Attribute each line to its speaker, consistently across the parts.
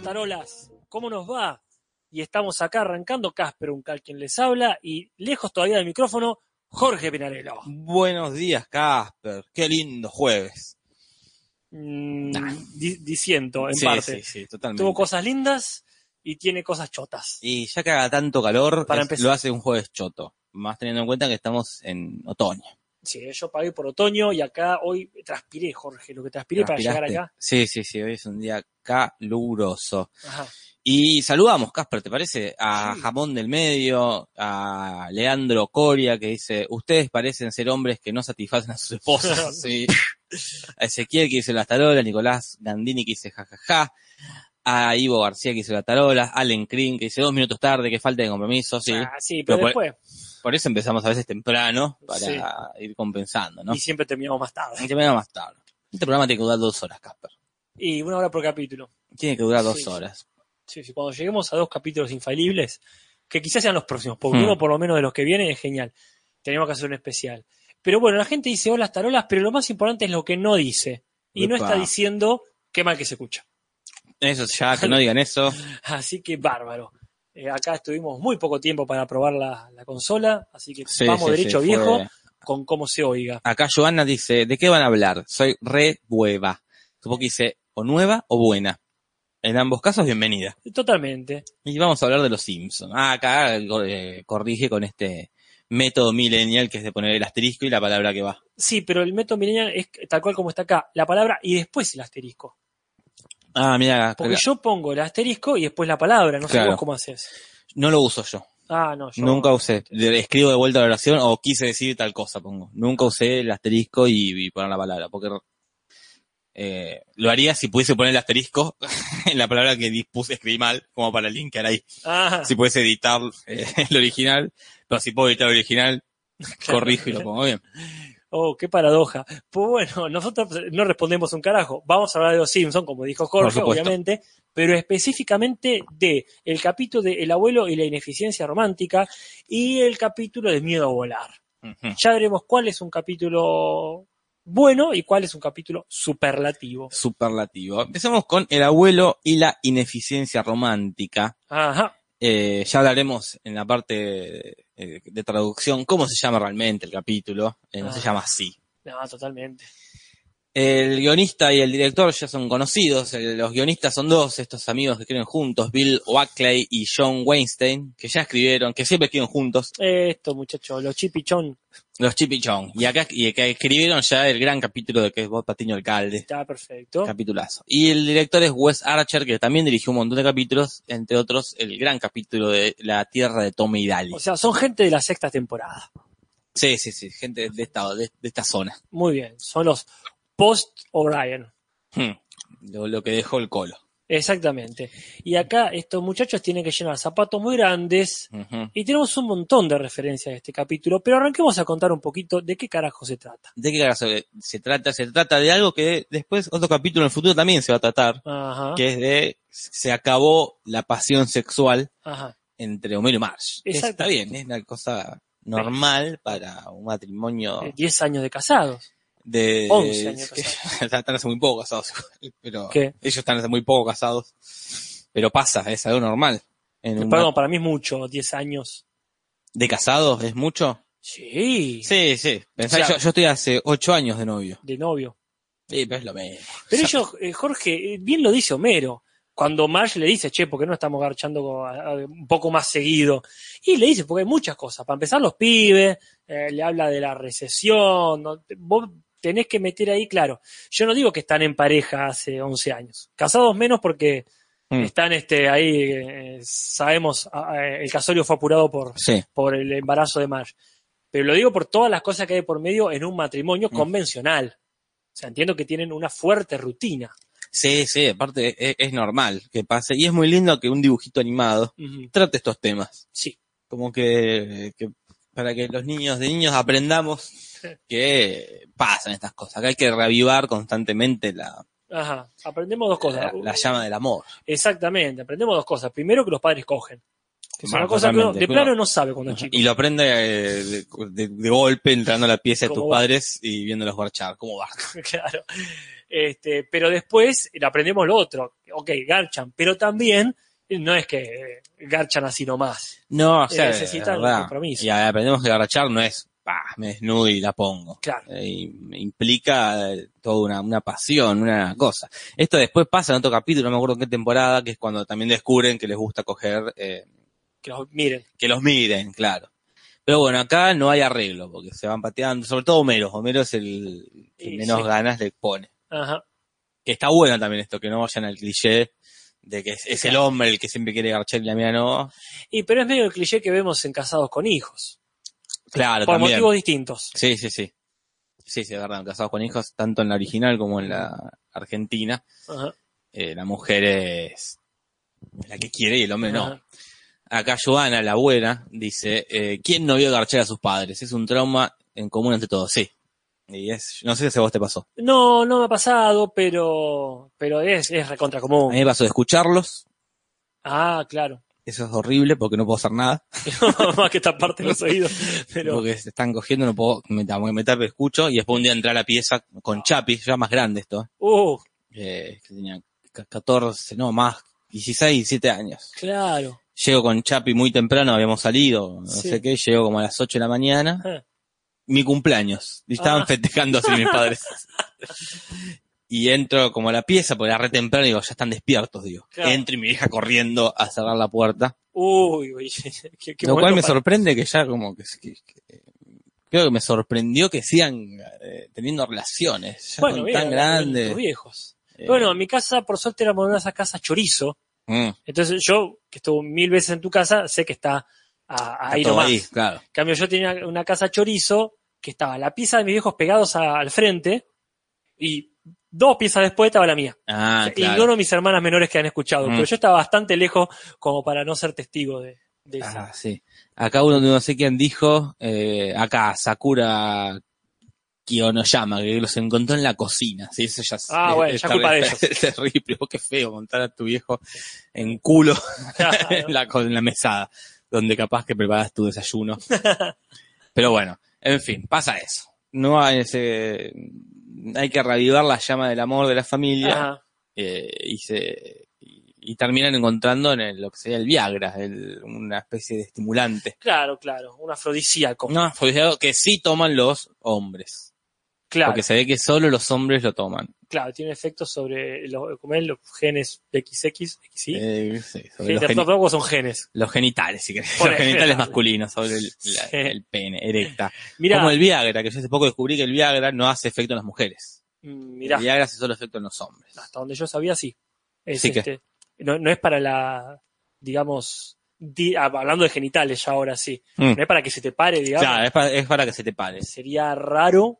Speaker 1: trolas, ¿cómo nos va? Y estamos acá arrancando, Casper Uncal quien les habla, y lejos todavía del micrófono, Jorge Pinarello.
Speaker 2: Buenos días, Casper. Qué lindo jueves.
Speaker 1: Mm, di- disiento, en
Speaker 2: Ah. sí,
Speaker 1: parte.
Speaker 2: sí, sí, totalmente.
Speaker 1: Tuvo cosas lindas y tiene cosas chotas.
Speaker 2: Y ya que haga tanto calor,
Speaker 1: Para
Speaker 2: es-
Speaker 1: empezar.
Speaker 2: lo hace un jueves choto. Más teniendo en cuenta que estamos en otoño.
Speaker 1: Sí, yo pagué por otoño y acá hoy transpiré, Jorge, lo que transpiré para
Speaker 2: ¿Transpiraste?
Speaker 1: llegar acá.
Speaker 2: Sí, sí, sí, hoy es un día caluroso.
Speaker 1: Ajá.
Speaker 2: Y saludamos, Casper, ¿te parece? A
Speaker 1: Sí.
Speaker 2: Jamón del Medio, a Leandro Coria, que dice, ustedes parecen ser hombres que no satisfacen a sus esposas. Sí. A Ezequiel, que dice la tarola, a Nicolás Gandini, que dice jajaja, a Ivo García, que dice la tarola, Allen Green, que dice dos minutos tarde, que falta de compromiso, sí.
Speaker 1: Ah, sí, pero
Speaker 2: Pero por-
Speaker 1: después.
Speaker 2: Por eso empezamos a veces temprano, para
Speaker 1: Sí.
Speaker 2: ir compensando, ¿no?
Speaker 1: Y siempre terminamos más tarde.
Speaker 2: Y te venga más tarde. Este programa tiene que durar dos horas, Casper.
Speaker 1: Y una hora por capítulo.
Speaker 2: Tiene que durar dos
Speaker 1: Sí.
Speaker 2: horas.
Speaker 1: Sí, sí, cuando lleguemos a dos capítulos infalibles, que quizás sean los próximos, porque
Speaker 2: Hmm.
Speaker 1: uno por lo menos de los que vienen es genial. Tenemos que hacer un especial. Pero bueno, la gente dice hola tarolas, pero lo más importante es lo que no dice. Y no
Speaker 2: Epa.
Speaker 1: está diciendo qué mal que se escucha.
Speaker 2: Eso, ya que no digan eso.
Speaker 1: Así que bárbaro. Eh, acá estuvimos muy poco tiempo para probar la, la consola, así que
Speaker 2: Sí,
Speaker 1: vamos
Speaker 2: sí,
Speaker 1: derecho
Speaker 2: sí,
Speaker 1: viejo
Speaker 2: fue-
Speaker 1: con cómo se oiga.
Speaker 2: Acá Joana dice, ¿de qué van a hablar? Soy re hueva. Supongo que dice, o nueva o buena. En ambos casos, bienvenida.
Speaker 1: Totalmente.
Speaker 2: Y vamos a hablar de los Simpsons. Ah, acá eh, corrige con este método millennial que es de poner el asterisco y la palabra que va.
Speaker 1: Sí, pero el método millennial es tal cual como está acá, la palabra y después el asterisco.
Speaker 2: Ah, mira,
Speaker 1: Porque yo pongo el asterisco y después la palabra, no sé
Speaker 2: Claro.
Speaker 1: vos cómo haces.
Speaker 2: no lo uso yo.
Speaker 1: Ah, no, yo
Speaker 2: Nunca usé. Le- Escribo de vuelta la oración o quise decir tal cosa, pongo. Nunca usé el asterisco y, y poner la palabra, porque eh, lo haría si pudiese poner el asterisco en la palabra que dispuse, escribí mal, como para linkear ahí.
Speaker 1: Ah,
Speaker 2: si puedes editar eh, el original, pero si puedo editar el original,
Speaker 1: claro.
Speaker 2: corrijo y lo pongo bien.
Speaker 1: Oh, qué paradoja. Pues bueno, nosotros no respondemos un carajo. Vamos a hablar de los Simpsons, como dijo Jorge,
Speaker 2: Por supuesto.
Speaker 1: obviamente, pero específicamente de el capítulo de El abuelo y la ineficiencia romántica y el capítulo de Miedo a volar.
Speaker 2: Ujú.
Speaker 1: Ya veremos cuál es un capítulo bueno y cuál es un capítulo superlativo.
Speaker 2: Superlativo. Empezamos con el abuelo y la ineficiencia romántica.
Speaker 1: Ajá.
Speaker 2: Eh, ya hablaremos en la parte eh, de traducción cómo se llama realmente el capítulo. Eh, no se
Speaker 1: Ah.
Speaker 2: llama así.
Speaker 1: No, totalmente.
Speaker 2: El guionista y el director ya son conocidos. El- los guionistas son dos, estos amigos que escriben juntos, Bill Wackley y John Weinstein, que ya escribieron, que siempre escriben juntos.
Speaker 1: Esto, muchachos, los chipichón
Speaker 2: Los Chip y Chong. Y acá y acá escribieron ya el gran capítulo de que es Bob Patiño Alcalde.
Speaker 1: está perfecto.
Speaker 2: Capitulazo. Y el director es Wes Archer, que también dirigió un montón de capítulos, entre otros el gran capítulo de La Tierra de Tommy y Daly.
Speaker 1: O sea, son gente de la sexta temporada.
Speaker 2: Sí, sí, sí, gente de esta, de, de esta zona.
Speaker 1: Muy bien, son los post O'Brien.
Speaker 2: Hmm. Lo, lo que dejó el colo.
Speaker 1: Exactamente. Y acá estos muchachos tienen que llenar zapatos muy grandes.
Speaker 2: Ujú.
Speaker 1: Y tenemos un montón de referencias de este capítulo, pero arranquemos a contar un poquito de qué carajo se trata.
Speaker 2: ¿De qué carajo se, se trata? Se trata de algo que después, otro capítulo en el futuro también se va a tratar,
Speaker 1: Ajá.
Speaker 2: que es de se acabó la pasión sexual
Speaker 1: Ajá.
Speaker 2: entre Homero y Marsh.
Speaker 1: Exacto.
Speaker 2: Está bien, es una cosa normal para un matrimonio
Speaker 1: Eh, Diez años de casados.
Speaker 2: de...
Speaker 1: 11 años
Speaker 2: que- están hace muy poco casados, pero
Speaker 1: ¿Qué?
Speaker 2: ellos están hace muy poco casados. Pero pasa, es algo normal. En un
Speaker 1: Perdón,
Speaker 2: mat-
Speaker 1: para mí es mucho, diez años.
Speaker 2: ¿De casados es mucho?
Speaker 1: Sí.
Speaker 2: Sí, sí. Pensá,
Speaker 1: O sea-
Speaker 2: yo, yo estoy hace ocho años de novio.
Speaker 1: De novio.
Speaker 2: Sí, pero es lo mismo.
Speaker 1: Pero
Speaker 2: O sea,
Speaker 1: ellos, eh, Jorge, eh, bien lo dice Homero. Cuando Marge le dice, che, ¿por qué no estamos garchando co- a- a- un poco más seguido? Y le dice, porque hay muchas cosas. Para empezar, los pibes, eh, le habla de la recesión. no- te- Vos tenés que meter ahí, claro. Yo no digo que están en pareja hace 11 años. Casados menos porque
Speaker 2: Mm.
Speaker 1: están este, ahí, eh, sabemos, a- a- el casorio fue apurado por,
Speaker 2: Sí.
Speaker 1: por el embarazo de Marge. Pero lo digo por todas las cosas que hay por medio en un matrimonio
Speaker 2: Mm.
Speaker 1: convencional. O sea, entiendo que tienen una fuerte rutina.
Speaker 2: Sí, sí, aparte es, es normal que pase. Y es muy lindo que un dibujito animado
Speaker 1: Ujú,
Speaker 2: trate estos temas.
Speaker 1: Sí,
Speaker 2: como que, que para que los niños de niños aprendamos que pasan estas cosas, que hay que reavivar constantemente la,
Speaker 1: ajá. Aprendemos dos cosas.
Speaker 2: la, la llama del amor.
Speaker 1: Exactamente, aprendemos dos cosas. Primero, que los padres cogen. Que es una
Speaker 2: Bueno,
Speaker 1: cosa que uno,
Speaker 2: totalmente,
Speaker 1: de
Speaker 2: que uno-
Speaker 1: plano no sabe cuando es chico.
Speaker 2: Y lo aprende eh, de, de- de golpe entrando a la pieza de
Speaker 1: Como
Speaker 2: tus
Speaker 1: va.
Speaker 2: padres y viéndolos marchar, como va.
Speaker 1: Claro. Este, pero después le aprendemos lo otro. Ok, garchan, pero también eh, no es que garchan así nomás.
Speaker 2: No, o sea,
Speaker 1: necesitan
Speaker 2: Eh, la verdad.
Speaker 1: un compromiso.
Speaker 2: Y aprendemos que garrachar no es, "Pah, me desnudo y la pongo.
Speaker 1: Claro.
Speaker 2: Eh, y- implica eh, toda una, una pasión, una cosa. Esto después pasa en otro capítulo, no me acuerdo en qué temporada, que es cuando también descubren que les gusta coger, eh,
Speaker 1: Que los miren.
Speaker 2: que los miren, claro. Pero bueno, acá no hay arreglo, porque se van pateando, sobre todo Homero. Homero es el que
Speaker 1: Y
Speaker 2: menos
Speaker 1: sí.
Speaker 2: ganas le pone.
Speaker 1: Ajá.
Speaker 2: Que está bueno también esto, que no vayan al cliché de que es, es el hombre el que siempre quiere garchar y la mía no.
Speaker 1: Y pero es medio el cliché que vemos en casados con hijos.
Speaker 2: Claro,
Speaker 1: Por
Speaker 2: también.
Speaker 1: motivos distintos.
Speaker 2: Sí, sí, sí. Sí, sí, es verdad. Casados con hijos, tanto en la original como en la argentina,
Speaker 1: Ajá.
Speaker 2: eh, la mujer es la que quiere y el hombre no.
Speaker 1: Ajá.
Speaker 2: Acá Joana, la abuela, dice, eh, ¿quién no vio garchar a sus padres? Es un trauma en común entre todos, sí. Y es, no sé si a vos te pasó.
Speaker 1: No, no me ha pasado, pero, pero es, es recontra
Speaker 2: A
Speaker 1: común.
Speaker 2: mí me pasó de escucharlos,
Speaker 1: Ah, claro.
Speaker 2: eso es horrible porque no puedo hacer nada.
Speaker 1: Más que taparte los oídos. Pero,
Speaker 2: Porque se están cogiendo, no puedo me tengo que meter, escucho, y después un día entrar a la pieza con chapis, ya más grande esto,
Speaker 1: uh,
Speaker 2: eh, que tenía ca- 14, no, más, 16, 17 años.
Speaker 1: claro.
Speaker 2: Llego con Chapi muy temprano, habíamos salido, no
Speaker 1: Sí.
Speaker 2: sé qué, llego como a las 8 de la mañana.
Speaker 1: Ah.
Speaker 2: Mi cumpleaños. Y estaban
Speaker 1: Ah.
Speaker 2: festejando así mis padres. Y entro como a la pieza, porque era re temprano, y digo, ya están despiertos, digo.
Speaker 1: Claro.
Speaker 2: Entro y mi vieja corriendo a cerrar la puerta.
Speaker 1: Uy, uy, qué, qué
Speaker 2: lo cual
Speaker 1: momento
Speaker 2: me
Speaker 1: pa-
Speaker 2: sorprende que ya como que... que- que- creo que me sorprendió que sigan eh, teniendo relaciones. Ya
Speaker 1: Bueno,
Speaker 2: con
Speaker 1: bien,
Speaker 2: tan
Speaker 1: tus
Speaker 2: grandes.
Speaker 1: viejos.
Speaker 2: eh,
Speaker 1: Bueno, en mi casa, por suerte, éramos una de esas casas chorizo.
Speaker 2: mm, está
Speaker 1: Entonces yo, que estuve mil veces en tu casa, sé que está a- ahí
Speaker 2: todo
Speaker 1: nomás.
Speaker 2: ahí, claro.
Speaker 1: En cambio, yo tenía una casa chorizo que estaba la pieza de mis viejos pegados a- al frente y dos piezas después estaba la mía.
Speaker 2: Ah, claro.
Speaker 1: Ignoro a mis hermanas menores que han escuchado,
Speaker 2: Mm.
Speaker 1: pero yo estaba bastante lejos como para no ser testigo de, de eso.
Speaker 2: Ah, sí. Acá uno de no sé quién dijo, eh, acá Sakura Kiyonoyama, que los encontró en la cocina. Sí, eso ya es-
Speaker 1: Ah,
Speaker 2: es-
Speaker 1: bueno,
Speaker 2: es
Speaker 1: ya culpa de
Speaker 2: terri- es terrible, qué feo montar a tu viejo en culo en, la, co- en la mesada, donde capaz que preparas tu desayuno. Pero bueno, en fin, pasa eso. No hay ese- hay que reavivar la llama del amor de la familia
Speaker 1: Ajá.
Speaker 2: eh, y se y, y terminan encontrando en el- lo que sería el Viagra, el- una especie de estimulante.
Speaker 1: Claro, claro, un afrodisíaco.
Speaker 2: No, afrodisíaco que sí toman los hombres.
Speaker 1: claro,
Speaker 2: Porque se ve que solo los hombres lo toman.
Speaker 1: claro, tiene efectos sobre los, ¿cómo es? los genes XX, XY.
Speaker 2: Eh, sí, sobre
Speaker 1: Sí,
Speaker 2: los,
Speaker 1: de
Speaker 2: geni-
Speaker 1: todo son genes.
Speaker 2: los genitales, si querés,
Speaker 1: Por
Speaker 2: los genitales
Speaker 1: ejemplo.
Speaker 2: masculinos, sobre el, la-
Speaker 1: Sí.
Speaker 2: el pene, erecta.
Speaker 1: Mira,
Speaker 2: Como el Viagra, que yo hace poco descubrí que el Viagra no hace efecto en las mujeres.
Speaker 1: mira,
Speaker 2: El Viagra hace solo efecto en los hombres.
Speaker 1: mm, hasta donde yo sabía, sí. Es,
Speaker 2: Sí que-
Speaker 1: este, no, no es para la, digamos, di- ah, hablando de genitales ya ahora sí.
Speaker 2: Mm.
Speaker 1: No es para que se te pare, digamos.
Speaker 2: Claro, es para, es para que se te pare.
Speaker 1: Sería raro.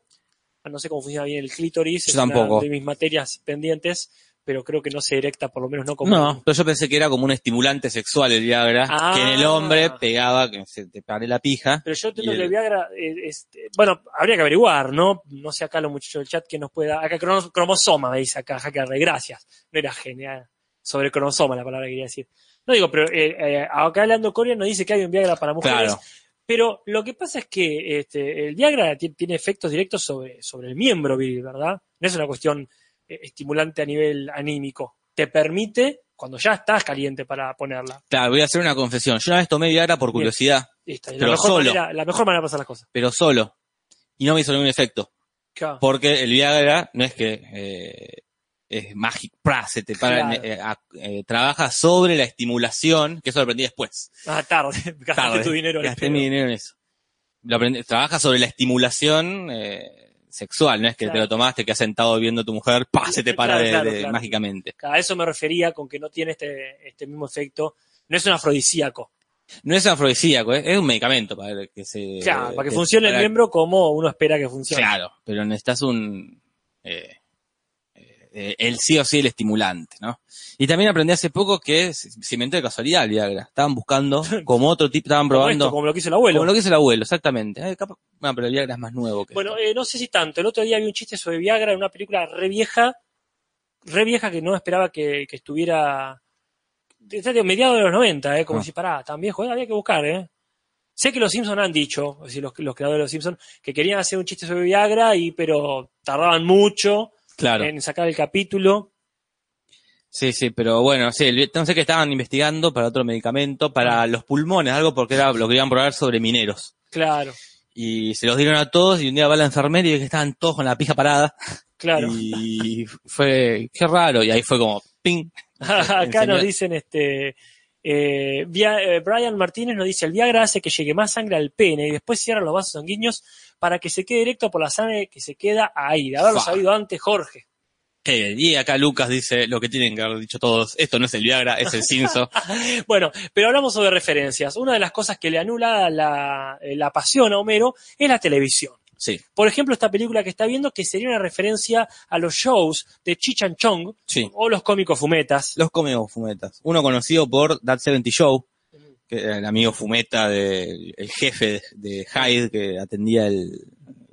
Speaker 1: No sé cómo funciona bien el clítoris.
Speaker 2: Yo
Speaker 1: es una
Speaker 2: tampoco.
Speaker 1: de mis materias pendientes, pero creo que no se erecta, por lo menos no como.
Speaker 2: No, pero yo pensé que era como un estimulante sexual el Viagra,
Speaker 1: Ah.
Speaker 2: que en el hombre pegaba que se te pare la pija.
Speaker 1: Pero yo entiendo
Speaker 2: Y
Speaker 1: que el
Speaker 2: el-
Speaker 1: Viagra, eh, este, bueno, habría que averiguar, ¿no? No sé acá los muchachos del chat que nos pueda. Acá cronos- cromosoma, me dice acá, Jaque Arre, gracias. No era genial. Sobre cromosoma la palabra que quería decir. No digo, pero eh, eh, acá hablando Corea nos dice que hay un Viagra para mujeres.
Speaker 2: Claro.
Speaker 1: Pero lo que pasa es que este, el Viagra ti- tiene efectos directos sobre, sobre el miembro viril, ¿verdad? No es una cuestión eh, estimulante a nivel anímico. Te permite, cuando ya estás caliente para ponerla.
Speaker 2: Claro, voy a hacer una confesión. Yo una vez tomé Viagra por
Speaker 1: Bien.
Speaker 2: curiosidad,
Speaker 1: Esta es la
Speaker 2: Pero
Speaker 1: mejor,
Speaker 2: solo.
Speaker 1: manera, la mejor manera de pasar las cosas.
Speaker 2: pero solo. Y no me hizo ningún efecto.
Speaker 1: Claro.
Speaker 2: Porque el Viagra no es que eh, es Magic pra, se te para,
Speaker 1: Claro.
Speaker 2: eh, a- eh, trabaja sobre la estimulación, que eso lo aprendí después.
Speaker 1: Ah, tarde. Gastaste
Speaker 2: Tarde.
Speaker 1: tu dinero. en el
Speaker 2: Gasté
Speaker 1: pedo.
Speaker 2: mi dinero en eso. Lo aprendí- trabaja sobre la estimulación eh, sexual, no es que te
Speaker 1: Claro.
Speaker 2: lo tomaste, que has sentado viendo a tu mujer, ¡pah! se te para
Speaker 1: Claro,
Speaker 2: de-
Speaker 1: claro,
Speaker 2: de-
Speaker 1: claro.
Speaker 2: mágicamente.
Speaker 1: A eso me refería con que no tiene este, este mismo efecto. No es un afrodisíaco.
Speaker 2: No es afrodisíaco, es, es un medicamento para que se.
Speaker 1: claro, para que funcione el
Speaker 2: Eh, para-
Speaker 1: miembro como uno espera que funcione.
Speaker 2: Claro, pero necesitas un. eh, eh, el sí o sí, el estimulante, ¿no? Y también aprendí hace poco que se se inventó de casualidad el Viagra. Estaban buscando, como otro tipo, estaban
Speaker 1: Como esto,
Speaker 2: probando.
Speaker 1: como lo que hizo el abuelo.
Speaker 2: como lo que hizo el abuelo, exactamente. Eh, capaz- bueno, pero el Viagra es más nuevo que.
Speaker 1: Bueno,
Speaker 2: esto.
Speaker 1: eh, no sé si tanto. El otro día vi un chiste sobre Viagra en una película re vieja, re vieja que no esperaba que, que estuviera. Está de mediados de los 90, ¿eh? Como
Speaker 2: Ah.
Speaker 1: si pará, tan viejo, eh, había que buscar, ¿eh? Sé que los Simpson han dicho, es decir, los, los creadores de los Simpson, que querían hacer un chiste sobre Viagra, y, pero tardaban mucho.
Speaker 2: Claro.
Speaker 1: en sacar el capítulo.
Speaker 2: Sí, sí, pero bueno, sí, el- no sé qué estaban investigando para otro medicamento,
Speaker 1: Ah.
Speaker 2: para los pulmones, algo porque era lo que iban a probar sobre mineros.
Speaker 1: Claro,
Speaker 2: Y se los dieron a todos y un día va la enfermera y ve que estaban todos con la pija parada.
Speaker 1: claro.
Speaker 2: Y fue, qué raro, y ahí fue como, ping.
Speaker 1: Acá
Speaker 2: Este, enseñó-
Speaker 1: nos dicen este. eh, Via- eh, Brian Martínez nos dice, el Viagra hace que llegue más sangre al pene y después cierra los vasos sanguíneos para que se quede directo por la sangre que se queda ahí. De haberlo
Speaker 2: Fa.
Speaker 1: sabido antes, Jorge.
Speaker 2: Eh, y acá Lucas dice lo que tienen que haber dicho todos, esto no es el Viagra, es el cinzo.
Speaker 1: Bueno, pero hablamos sobre referencias. Una de las cosas que le anula la, eh, la pasión a Homero es la televisión.
Speaker 2: Sí,
Speaker 1: Por ejemplo, esta película que está viendo que sería una referencia a los shows de Chichan Chong
Speaker 2: sí.
Speaker 1: o los cómicos fumetas.
Speaker 2: Los cómicos fumetas. Uno conocido por That 70 Show, que era el amigo fumeta del el jefe de Hyde que atendía el,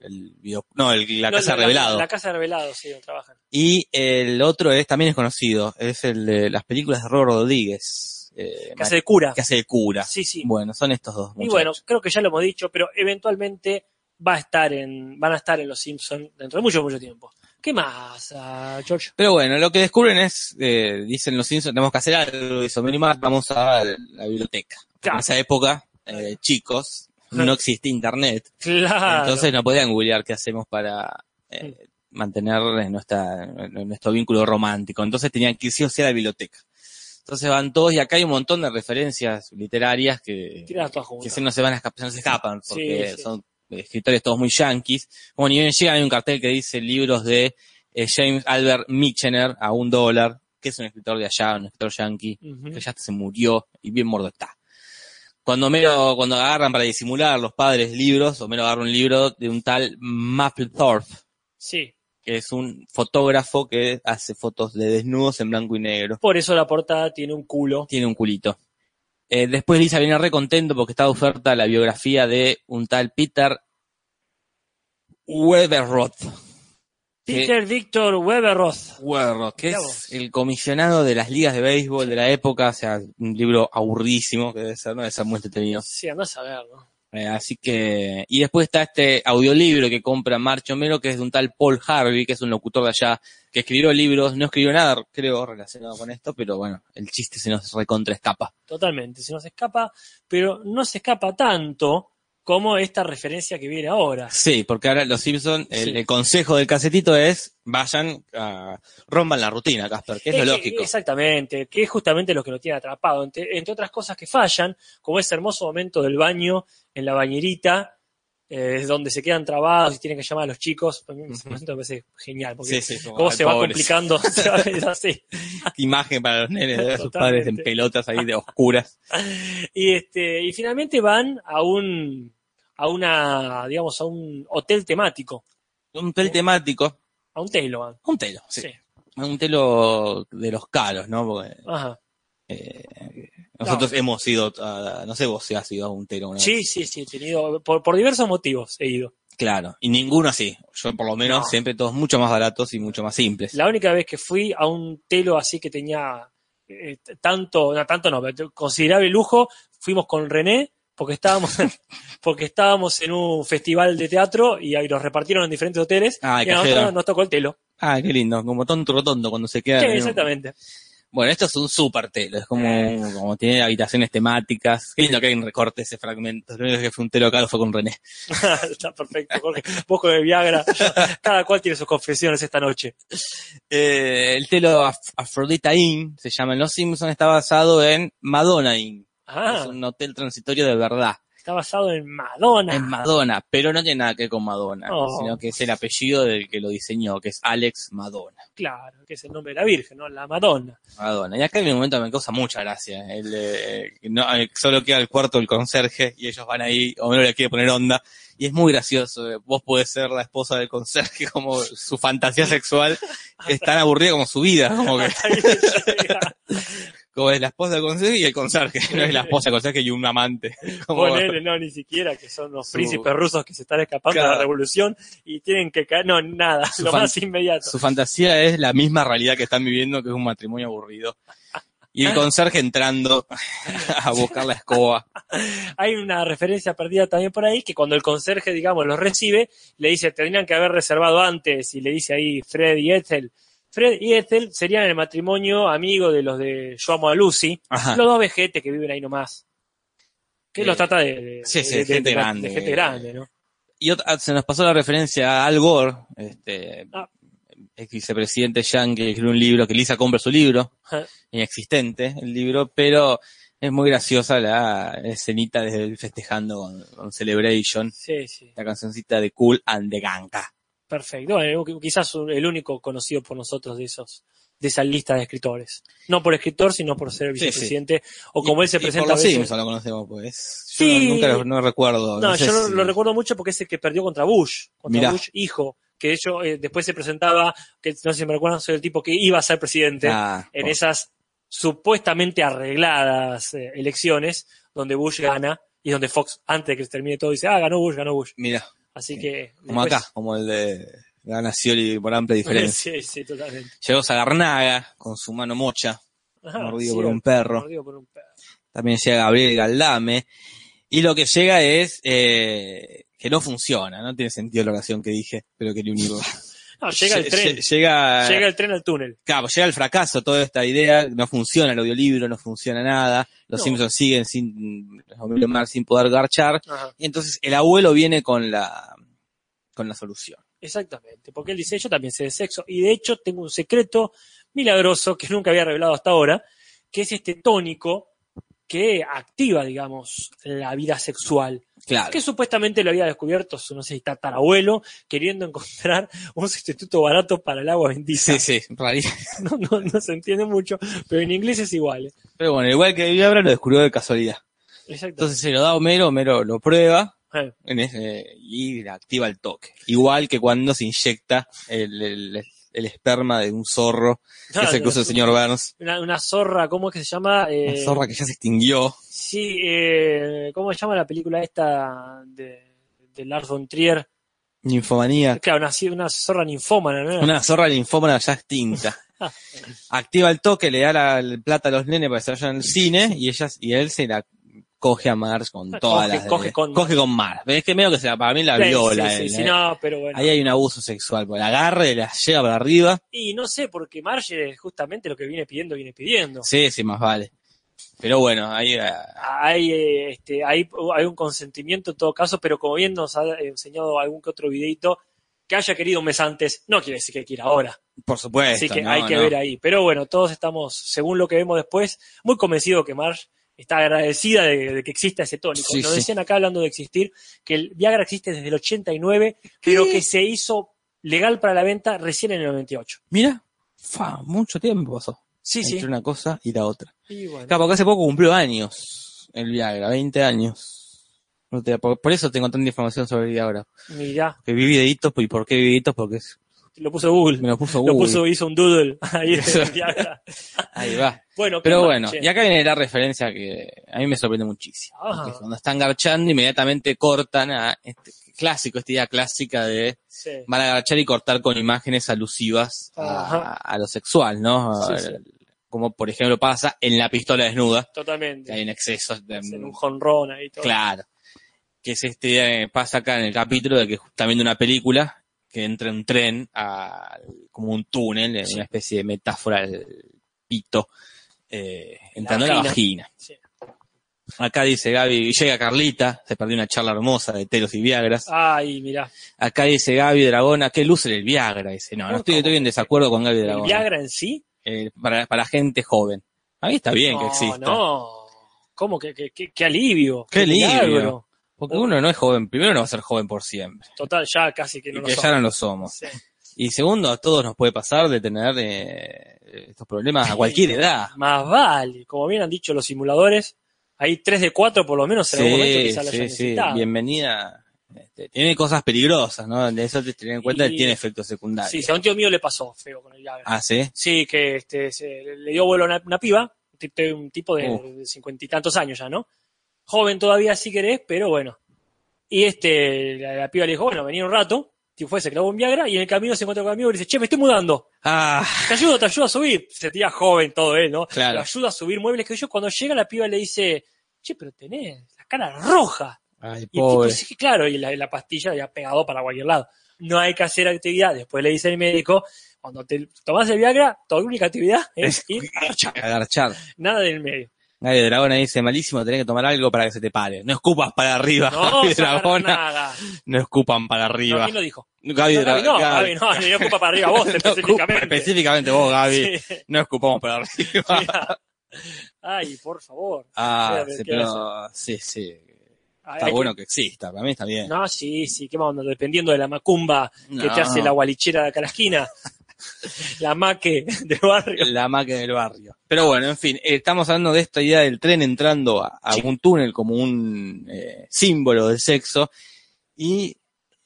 Speaker 2: el video- no, el- la
Speaker 1: No,
Speaker 2: casa revelado.
Speaker 1: La, casa revelado, sí, donde trabajan.
Speaker 2: Y el otro es, también es conocido, es el de las películas de Robert Rodríguez, eh,
Speaker 1: Casa de cura.
Speaker 2: que hace de cura.
Speaker 1: Sí, sí.
Speaker 2: Bueno, son estos dos.
Speaker 1: Y
Speaker 2: muchachos.
Speaker 1: bueno, creo que ya lo hemos dicho, pero eventualmente va a estar en, van a estar en Los Simpsons dentro de mucho, mucho tiempo. ¿Qué más, ah, George?
Speaker 2: Pero bueno, lo que descubren es, eh, dicen los Simpsons, tenemos que hacer algo, dice Homero y Marge, vamos a la biblioteca.
Speaker 1: Claro.
Speaker 2: En esa época, eh, chicos, no existía internet,
Speaker 1: Claro.
Speaker 2: entonces no podían googlear qué hacemos para eh, mantener eh, nuestra, nuestro vínculo romántico. Entonces tenían que ir sí o sí a la biblioteca. Entonces van todos y acá hay un montón de referencias literarias que,
Speaker 1: Tiradas todas
Speaker 2: que
Speaker 1: juntas.
Speaker 2: se no se van a escapar, no se escapan, porque
Speaker 1: Sí, sí.
Speaker 2: son escritores todos muy yanquis. Como ni bien llegan, hay un cartel que dice libros de eh, James Albert Michener a un dólar, que es un escritor de allá, un escritor yanqui,
Speaker 1: Ujú.
Speaker 2: que ya se murió y bien mordo está. Cuando Homero, cuando agarran para disimular los padres libros, Homero agarra un libro de un tal Mapplethorpe,
Speaker 1: Sí,
Speaker 2: que es un fotógrafo que hace fotos de desnudos en blanco y negro
Speaker 1: por eso la portada tiene un culo.
Speaker 2: tiene un culito. Eh, después Lisa viene re contento porque está de oferta la biografía de un tal Peter Weberroth, Sí.
Speaker 1: Peter Victor Weberoth.
Speaker 2: Weberroth, que
Speaker 1: Mirá
Speaker 2: es
Speaker 1: vos.
Speaker 2: el comisionado de las ligas de béisbol de la época, o sea, un libro aburridísimo que debe ser, no debe ser muy entretenido.
Speaker 1: Sí, andás a ver, ¿no?
Speaker 2: Eh, así que, y después está este audiolibro que compra Marcho Mero, que es de un tal Paul Harvey, que es un locutor de allá, que escribió libros, no escribió nada, creo, relacionado con esto, pero bueno, el chiste se nos recontra escapa.
Speaker 1: Totalmente, se nos escapa, pero no se escapa tanto como esta referencia que viene ahora.
Speaker 2: Sí, porque ahora los Simpson, el,
Speaker 1: Sí.
Speaker 2: el consejo del casetito es vayan, ah, rompan la rutina, Casper, que es lo
Speaker 1: Eh, eh,
Speaker 2: lógico.
Speaker 1: Exactamente, que es justamente lo que lo tiene atrapado, entre, entre otras cosas que fallan, como ese hermoso momento del baño en la bañerita, eh, es donde se quedan trabados y tienen que llamar a los chicos. A mí Ese
Speaker 2: Ujú.
Speaker 1: momento me parece genial, porque
Speaker 2: Sí, sí, como,
Speaker 1: cómo
Speaker 2: ay,
Speaker 1: se va
Speaker 2: pobres.
Speaker 1: complicando, se va- es así.
Speaker 2: Imagen para los nenes de ver a sus
Speaker 1: Totalmente.
Speaker 2: padres en pelotas ahí de oscuras.
Speaker 1: Y, este, y finalmente van a un, a una, digamos, a un hotel temático,
Speaker 2: Un tel temático,
Speaker 1: a un telo van.
Speaker 2: un telo, sí.
Speaker 1: Sí.
Speaker 2: Un telo de los caros, ¿no? Porque,
Speaker 1: Ajá.
Speaker 2: eh, nosotros hemos ido, a- no sé vos si has ido a un telo una vez.
Speaker 1: Sí, sí, sí, he tenido, por, por diversos motivos he ido.
Speaker 2: Claro, y ninguno así. Yo por lo menos
Speaker 1: No.
Speaker 2: siempre todos mucho más baratos y mucho más simples.
Speaker 1: La única vez que fui a un telo así que tenía eh, t- tanto, no, tanto no, pero considerable lujo, fuimos con René porque estábamos, porque estábamos en un festival de teatro y ahí nos repartieron en diferentes hoteles
Speaker 2: Ay,
Speaker 1: y a
Speaker 2: qué
Speaker 1: nosotros
Speaker 2: feo.
Speaker 1: nos tocó el telo.
Speaker 2: Ah, qué lindo, como tonto rotondo cuando se queda.
Speaker 1: Sí,
Speaker 2: en un-
Speaker 1: exactamente.
Speaker 2: Bueno, esto es un super telo, es como, un- como tiene habitaciones temáticas. Qué lindo que alguien recorte ese fragmento. Lo único que fue un telo caro fue con René.
Speaker 1: Está perfecto, Jorge. Vos con el Viagra, cada cual tiene sus confesiones esta noche.
Speaker 2: Eh, el telo Af- Afrodita Inn, se llama en Los Simpsons, está basado en Madonna Inn.
Speaker 1: Ah,
Speaker 2: Es un hotel transitorio de verdad.
Speaker 1: está basado en Madonna.
Speaker 2: Es Madonna, pero no tiene nada que ver con Madonna,
Speaker 1: Oh.
Speaker 2: sino que es el apellido del que lo diseñó, que es Alex Madonna.
Speaker 1: Claro, que es el nombre de la Virgen, ¿no? La Madonna.
Speaker 2: Madonna. Y acá en un momento me causa mucha gracia. El, eh, no, eh, solo queda el cuarto el conserje y ellos van ahí, o no le quiere poner onda. Y es muy gracioso. eh, Vos podés ser la esposa del conserje, como su fantasía sexual es tan aburrida como su vida, como que
Speaker 1: Hasta ahí llega.
Speaker 2: como es la esposa del conserje y el conserje. No es la esposa del conserje y un amante. Como-
Speaker 1: Ponele, no, ni siquiera, que son los
Speaker 2: Su-
Speaker 1: príncipes rusos que se están escapando de
Speaker 2: Claro.
Speaker 1: la revolución y tienen que caer. No, nada,
Speaker 2: Su
Speaker 1: lo
Speaker 2: fan-
Speaker 1: más inmediato.
Speaker 2: su fantasía es la misma realidad que están viviendo, que es un matrimonio aburrido. Y el conserje entrando a buscar la escoba.
Speaker 1: Hay una referencia perdida también por ahí que cuando el conserje, digamos, los recibe, le dice, tendrían que haber reservado antes, y le dice ahí Fred y Ethel. Fred y Ethel serían el matrimonio amigo de los de Yo amo a Lucy,
Speaker 2: Ajá.
Speaker 1: los dos vejetes que viven ahí nomás. Que
Speaker 2: Ah. Eh,
Speaker 1: los trata de, de-
Speaker 2: sí, sí,
Speaker 1: de- de-
Speaker 2: gente
Speaker 1: de- de
Speaker 2: grande.
Speaker 1: gente grande, ¿no?
Speaker 2: Y otra- se nos pasó la referencia a Al Gore, este,
Speaker 1: Ah.
Speaker 2: ex vicepresidente Yankee, que escribió un libro, que Lisa compra su libro,
Speaker 1: Ajá.
Speaker 2: inexistente el libro, pero es muy graciosa la escenita de él festejando con, con Celebration,
Speaker 1: Sí, sí.
Speaker 2: la cancioncita de Cool and the Ganga.
Speaker 1: Perfecto. Bueno, qui- quizás un- el único conocido por nosotros de esos de esa lista de escritores. No por escritor, sino por ser
Speaker 2: Sí,
Speaker 1: vicepresidente. O como él se presenta a
Speaker 2: Sí,
Speaker 1: veces-
Speaker 2: lo conocemos, pues. Yo
Speaker 1: Sí.
Speaker 2: no- nunca lo, no recuerdo.
Speaker 1: No,
Speaker 2: sé
Speaker 1: yo no
Speaker 2: si-
Speaker 1: lo recuerdo mucho porque es el que perdió contra Bush, contra
Speaker 2: Mirá.
Speaker 1: Bush hijo, que de hecho eh, después se presentaba, que no sé si me recuerdan, soy el tipo que iba a ser presidente
Speaker 2: Ah,
Speaker 1: en
Speaker 2: bueno.
Speaker 1: esas supuestamente arregladas eh, elecciones donde Bush gana y donde Fox, antes de que se termine todo, dice, ah, ganó Bush, ganó Bush.
Speaker 2: Mira,
Speaker 1: Así
Speaker 2: Sí.
Speaker 1: que...
Speaker 2: como
Speaker 1: después-
Speaker 2: acá, como el de Gana Scioli por amplia diferencia.
Speaker 1: sí, sí, totalmente.
Speaker 2: Llegó Sagarnaga con su mano mocha,
Speaker 1: Ajá,
Speaker 2: mordido
Speaker 1: Ah, sí,
Speaker 2: por un perro.
Speaker 1: mordido por un perro.
Speaker 2: También llega Gabriel Galdame. Y lo que llega es eh, que no funciona, no tiene sentido la oración que dije, pero quería unirla.
Speaker 1: No, llega el
Speaker 2: Lle-
Speaker 1: tren,
Speaker 2: lle- Llega,
Speaker 1: llega el tren al túnel.
Speaker 2: claro, llega el fracaso toda esta idea, no funciona el audiolibro, no funciona nada, los
Speaker 1: No.
Speaker 2: Simpsons siguen sin, Homero y Mar sin poder garchar.
Speaker 1: Ajá,
Speaker 2: Y entonces el abuelo viene con la, con la solución.
Speaker 1: exactamente, porque él dice, yo también sé de sexo, y de hecho tengo un secreto milagroso que nunca había revelado hasta ahora, que es este tónico que activa, digamos, la vida sexual,
Speaker 2: Claro.
Speaker 1: que supuestamente lo había descubierto su, no sé, si tatarabuelo, queriendo encontrar un sustituto barato para el agua bendita.
Speaker 2: Sí, sí, rarísimo.
Speaker 1: No, no, no se entiende mucho, pero en inglés es igual. ¿eh?
Speaker 2: Pero bueno, igual que Viabra lo descubrió de casualidad.
Speaker 1: Exacto.
Speaker 2: Entonces se lo da a Homero, Homero lo prueba
Speaker 1: Eh,
Speaker 2: en ese- y le activa el toque. Igual que cuando se inyecta el, el- el esperma de un zorro,
Speaker 1: Ah,
Speaker 2: que es el que usa el señor Burns.
Speaker 1: Una, una zorra, ¿cómo es que se llama?
Speaker 2: Una
Speaker 1: Eh,
Speaker 2: zorra que ya se extinguió.
Speaker 1: Sí, eh, ¿cómo se llama la película esta de, de Lars von Trier?
Speaker 2: Ninfomanía.
Speaker 1: Claro, una, una zorra ninfómana, ¿no?
Speaker 2: Una zorra linfómana ya extinta. Activa el toque, le da la, la plata a los nenes para que se vayan al cine y ellas, y él se la coge a Mars con
Speaker 1: Coge-
Speaker 2: todas las. de-
Speaker 1: coge con-
Speaker 2: Mars. Es que medio que se la- para mí la
Speaker 1: Sí,
Speaker 2: viola.
Speaker 1: sí, sí,
Speaker 2: él,
Speaker 1: sí,
Speaker 2: eh.
Speaker 1: no, pero bueno.
Speaker 2: Ahí hay un abuso sexual, porque la agarra y la lleva para arriba.
Speaker 1: Y no sé, porque Marge justamente lo que viene pidiendo, viene pidiendo.
Speaker 2: Sí, sí, más vale. Pero bueno, ahí ah,
Speaker 1: Hay, eh, este, hay, hay un consentimiento en todo caso, pero como bien nos ha enseñado algún que otro videito, que haya querido un mes antes, no quiere decir que quiera ahora.
Speaker 2: por supuesto.
Speaker 1: Así que
Speaker 2: no,
Speaker 1: hay que
Speaker 2: no.
Speaker 1: ver ahí. Pero bueno, todos estamos, según lo que vemos después, muy convencidos que Marge está agradecida de, de que exista ese tónico.
Speaker 2: Sí,
Speaker 1: Nos
Speaker 2: sí.
Speaker 1: decían acá hablando de existir que el Viagra existe desde el 89, pero que se hizo legal para la venta recién en el 98.
Speaker 2: Mira, fa, mucho tiempo pasó.
Speaker 1: Sí, sí.
Speaker 2: Entre una cosa y la otra.
Speaker 1: Y bueno,
Speaker 2: Claro, porque hace poco cumplió años el Viagra, 20 años. No te- por, por eso tengo tanta información sobre el Viagra.
Speaker 1: mirá,
Speaker 2: Que vi videitos, pues, ¿y por qué vi videitos? Porque es-
Speaker 1: lo puso Google.
Speaker 2: me lo puso
Speaker 1: Lo
Speaker 2: Google.
Speaker 1: puso, hizo un doodle ahí de Viagra.
Speaker 2: Ahí va.
Speaker 1: Bueno, ¿qué
Speaker 2: Pero
Speaker 1: más,
Speaker 2: bueno,
Speaker 1: che? Ah.
Speaker 2: y acá viene la referencia que a mí me sorprende muchísimo.
Speaker 1: Ajá.
Speaker 2: Que Cuando están garchando, inmediatamente cortan a este clásico, esta idea clásica de
Speaker 1: Sí.
Speaker 2: van a agachar y cortar con imágenes alusivas
Speaker 1: Ajá.
Speaker 2: a, a lo sexual, ¿no?
Speaker 1: Sí, sí.
Speaker 2: Como por ejemplo pasa en la pistola desnuda, que
Speaker 1: Totalmente.
Speaker 2: hay en exceso. de-
Speaker 1: Hacen un jonrón ahí todo.
Speaker 2: mm, claro. Que es este, eh, pasa acá en el capítulo de que también de una película que entra un tren a como un túnel, en
Speaker 1: Sí.
Speaker 2: una especie de metáfora del pito, eh, entrando a la vagina.
Speaker 1: Sí.
Speaker 2: Acá dice Gaby, llega Carlita, se perdió una charla hermosa de telos y viagras.
Speaker 1: Ay, mirá.
Speaker 2: Acá dice Gaby Dragona, ¿qué luce el Viagra? Dice, no, no estoy, estoy en desacuerdo con Gaby
Speaker 1: ¿El
Speaker 2: Dragona.
Speaker 1: Viagra en sí?
Speaker 2: Eh, para, para gente joven. A mí está bien que
Speaker 1: no,
Speaker 2: exista.
Speaker 1: No, ¿Cómo? ¿Qué, qué, qué- qué alivio?
Speaker 2: Qué alivio.
Speaker 1: milagro.
Speaker 2: Porque uno no es joven, primero no va a ser joven por siempre.
Speaker 1: Total, ya casi que
Speaker 2: Y
Speaker 1: no
Speaker 2: que
Speaker 1: lo
Speaker 2: ya
Speaker 1: somos.
Speaker 2: no lo somos.
Speaker 1: Sí.
Speaker 2: Y segundo, a todos nos puede pasar de tener eh, estos problemas a cualquier edad.
Speaker 1: Más vale. Como bien han dicho los simuladores, hay 3 de 4 por lo menos en algún momento
Speaker 2: Sí,
Speaker 1: quizá lo hayan
Speaker 2: sí, sí.
Speaker 1: necesitado.
Speaker 2: Bienvenida. Este, tiene cosas peligrosas, ¿no? De eso te tener en cuenta que
Speaker 1: Y-
Speaker 2: tiene efectos secundarios.
Speaker 1: Sí, sí, a un tío mío le pasó feo con el Viagra.
Speaker 2: Ah, sí.
Speaker 1: Sí, que este, se- le dio vuelo a una, una piba, un tip- un tipo
Speaker 2: Uh.
Speaker 1: de cincuenta y tantos años ya, ¿no? Joven todavía si querés, pero bueno. Y este, la, la piba le dijo, bueno, vení un rato, si fue, se clavó un Viagra y en el camino se encontró con un amigo y le dice, che, me estoy mudando,
Speaker 2: Ah,
Speaker 1: te ayudo, te ayudo a subir. Se tira joven todo él, ¿no?
Speaker 2: Claro.
Speaker 1: Lo ayuda a subir muebles que yo. Cuando llega la piba le dice, che, pero tenés la cara roja.
Speaker 2: ay,
Speaker 1: Y el tipo
Speaker 2: pobre.
Speaker 1: dice, claro, y la, la pastilla ya pegado para cualquier lado. No hay que hacer actividad. Después le dice el médico, cuando te tomas el Viagra, tu única actividad es ir a la chapa.
Speaker 2: Agarchar.
Speaker 1: Nada del medio.
Speaker 2: Nadie Dragona dice, malísimo, tenés que tomar algo para que se te pare. No escupas para arriba,
Speaker 1: No,
Speaker 2: Gaby
Speaker 1: sacar
Speaker 2: Dragona.
Speaker 1: nada.
Speaker 2: No escupan para
Speaker 1: No,
Speaker 2: arriba.
Speaker 1: ¿Quién lo dijo?
Speaker 2: Gaby
Speaker 1: No, Gaby,
Speaker 2: Dragona.
Speaker 1: no, Gaby, no, le dio culpa para arriba a vos específicamente.
Speaker 2: específicamente vos, Gaby.
Speaker 1: Sí,
Speaker 2: No escupamos para arriba.
Speaker 1: mira. Ay, por favor.
Speaker 2: Ah,
Speaker 1: Mira,
Speaker 2: sí,
Speaker 1: ¿qué
Speaker 2: pero sí, sí.
Speaker 1: Ay,
Speaker 2: Está
Speaker 1: hay que-
Speaker 2: bueno que exista, para mí está bien.
Speaker 1: No, sí, sí, qué onda, dependiendo de la macumba que
Speaker 2: No.
Speaker 1: te hace la gualichera de acá a la esquina, la maque del barrio.
Speaker 2: La maca del barrio. Pero bueno, en fin, eh, estamos hablando de esta idea del tren entrando a, a
Speaker 1: Sí.
Speaker 2: un túnel como un eh, símbolo del sexo. Y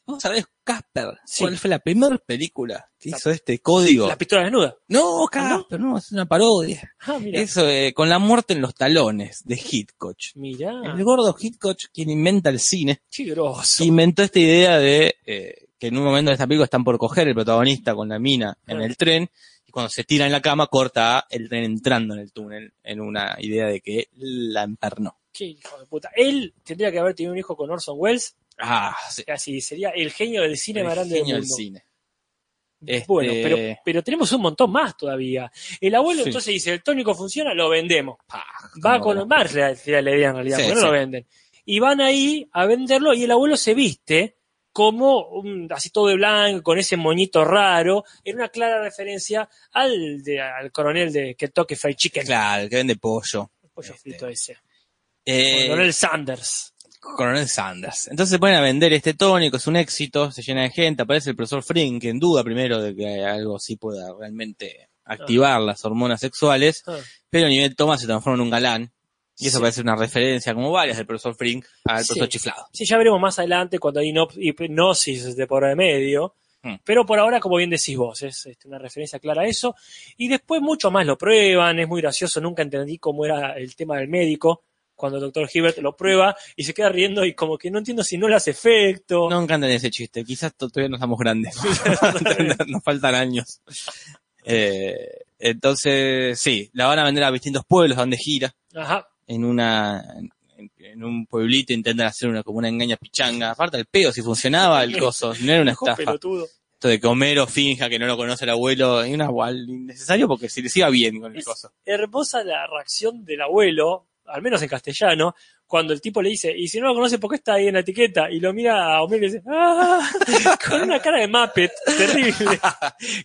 Speaker 2: vamos a ver, Casper,
Speaker 1: Sí.
Speaker 2: ¿cuál fue la primera película que
Speaker 1: La-
Speaker 2: hizo este código?
Speaker 1: La pistola desnuda.
Speaker 2: No, Casper, no, es una parodia.
Speaker 1: Ah, mira.
Speaker 2: Eso, eh, con la muerte en los talones de Hitchcock.
Speaker 1: Mirá.
Speaker 2: El gordo Hitchcock, quien inventa el cine,
Speaker 1: Qué groso.
Speaker 2: inventó esta idea de eh, que en un momento de esta película están por coger el protagonista con la mina en
Speaker 1: Ah.
Speaker 2: el tren y cuando se tira en la cama corta a el tren entrando en el túnel en una idea de que la empernó.
Speaker 1: Qué hijo de puta. Él tendría que haber tenido un hijo con Orson Welles.
Speaker 2: Ah, sí.
Speaker 1: Así sería el genio del cine
Speaker 2: El
Speaker 1: más grande del
Speaker 2: genio del
Speaker 1: mundo.
Speaker 2: cine. Este-
Speaker 1: Bueno, pero, pero tenemos un montón más todavía. El abuelo
Speaker 2: Sí.
Speaker 1: entonces dice, el tónico funciona, lo vendemos.
Speaker 2: Pa,
Speaker 1: Va
Speaker 2: como
Speaker 1: con
Speaker 2: la-
Speaker 1: los más la, la- la idea en realidad,
Speaker 2: Sí,
Speaker 1: porque
Speaker 2: sí.
Speaker 1: no lo venden. Y van ahí a venderlo y el abuelo se viste como un- así todo de blanco, con ese moñito raro, en una clara referencia al, de- al coronel de Kentucky Fried Chicken,
Speaker 2: Claro, el que vende pollo.
Speaker 1: el pollo
Speaker 2: este.
Speaker 1: frito ese,
Speaker 2: Eh,
Speaker 1: coronel Sanders.
Speaker 2: Coronel Sanders. Entonces se ponen a vender este tónico, es un éxito, se llena de gente, aparece el profesor Frink en duda primero de que algo así pueda realmente activar las hormonas sexuales,
Speaker 1: Ah.
Speaker 2: pero a nivel toma se transforma en un galán, y eso
Speaker 1: Sí.
Speaker 2: parece una referencia, como varias del profesor Frink, al
Speaker 1: Sí.
Speaker 2: profesor chiflado.
Speaker 1: Sí, ya veremos más adelante cuando hay hipno- hipnosis de por medio.
Speaker 2: Hmm.
Speaker 1: Pero por ahora, como bien decís vos, es este, una referencia clara a eso. Y después mucho más lo prueban, es muy gracioso, nunca entendí cómo era el tema del médico, cuando el doctor Hibbert lo prueba y se queda riendo y como que no entiendo si no le hace efecto.
Speaker 2: No encantan ese chiste, quizás to- todavía no estamos grandes, nos faltan años. Eh, entonces, sí, la van a vender a distintos pueblos donde gira,
Speaker 1: Ajá.
Speaker 2: en una en, en un pueblito intentan hacer una como una engaña pichanga. Aparte el pedo si funcionaba el coso, no era una
Speaker 1: Ojo,
Speaker 2: estafa.
Speaker 1: pelotudo.
Speaker 2: Esto de que Homero finja que no lo conoce el abuelo, es una gual innecesario porque se le siga bien con el
Speaker 1: Es-
Speaker 2: coso.
Speaker 1: Hermosa la reacción del abuelo, al menos en castellano, cuando el tipo le dice, y si no lo conoce, ¿por qué está ahí en la etiqueta? Y lo mira a Homero y dice, ¡ah! con una cara de Muppet terrible,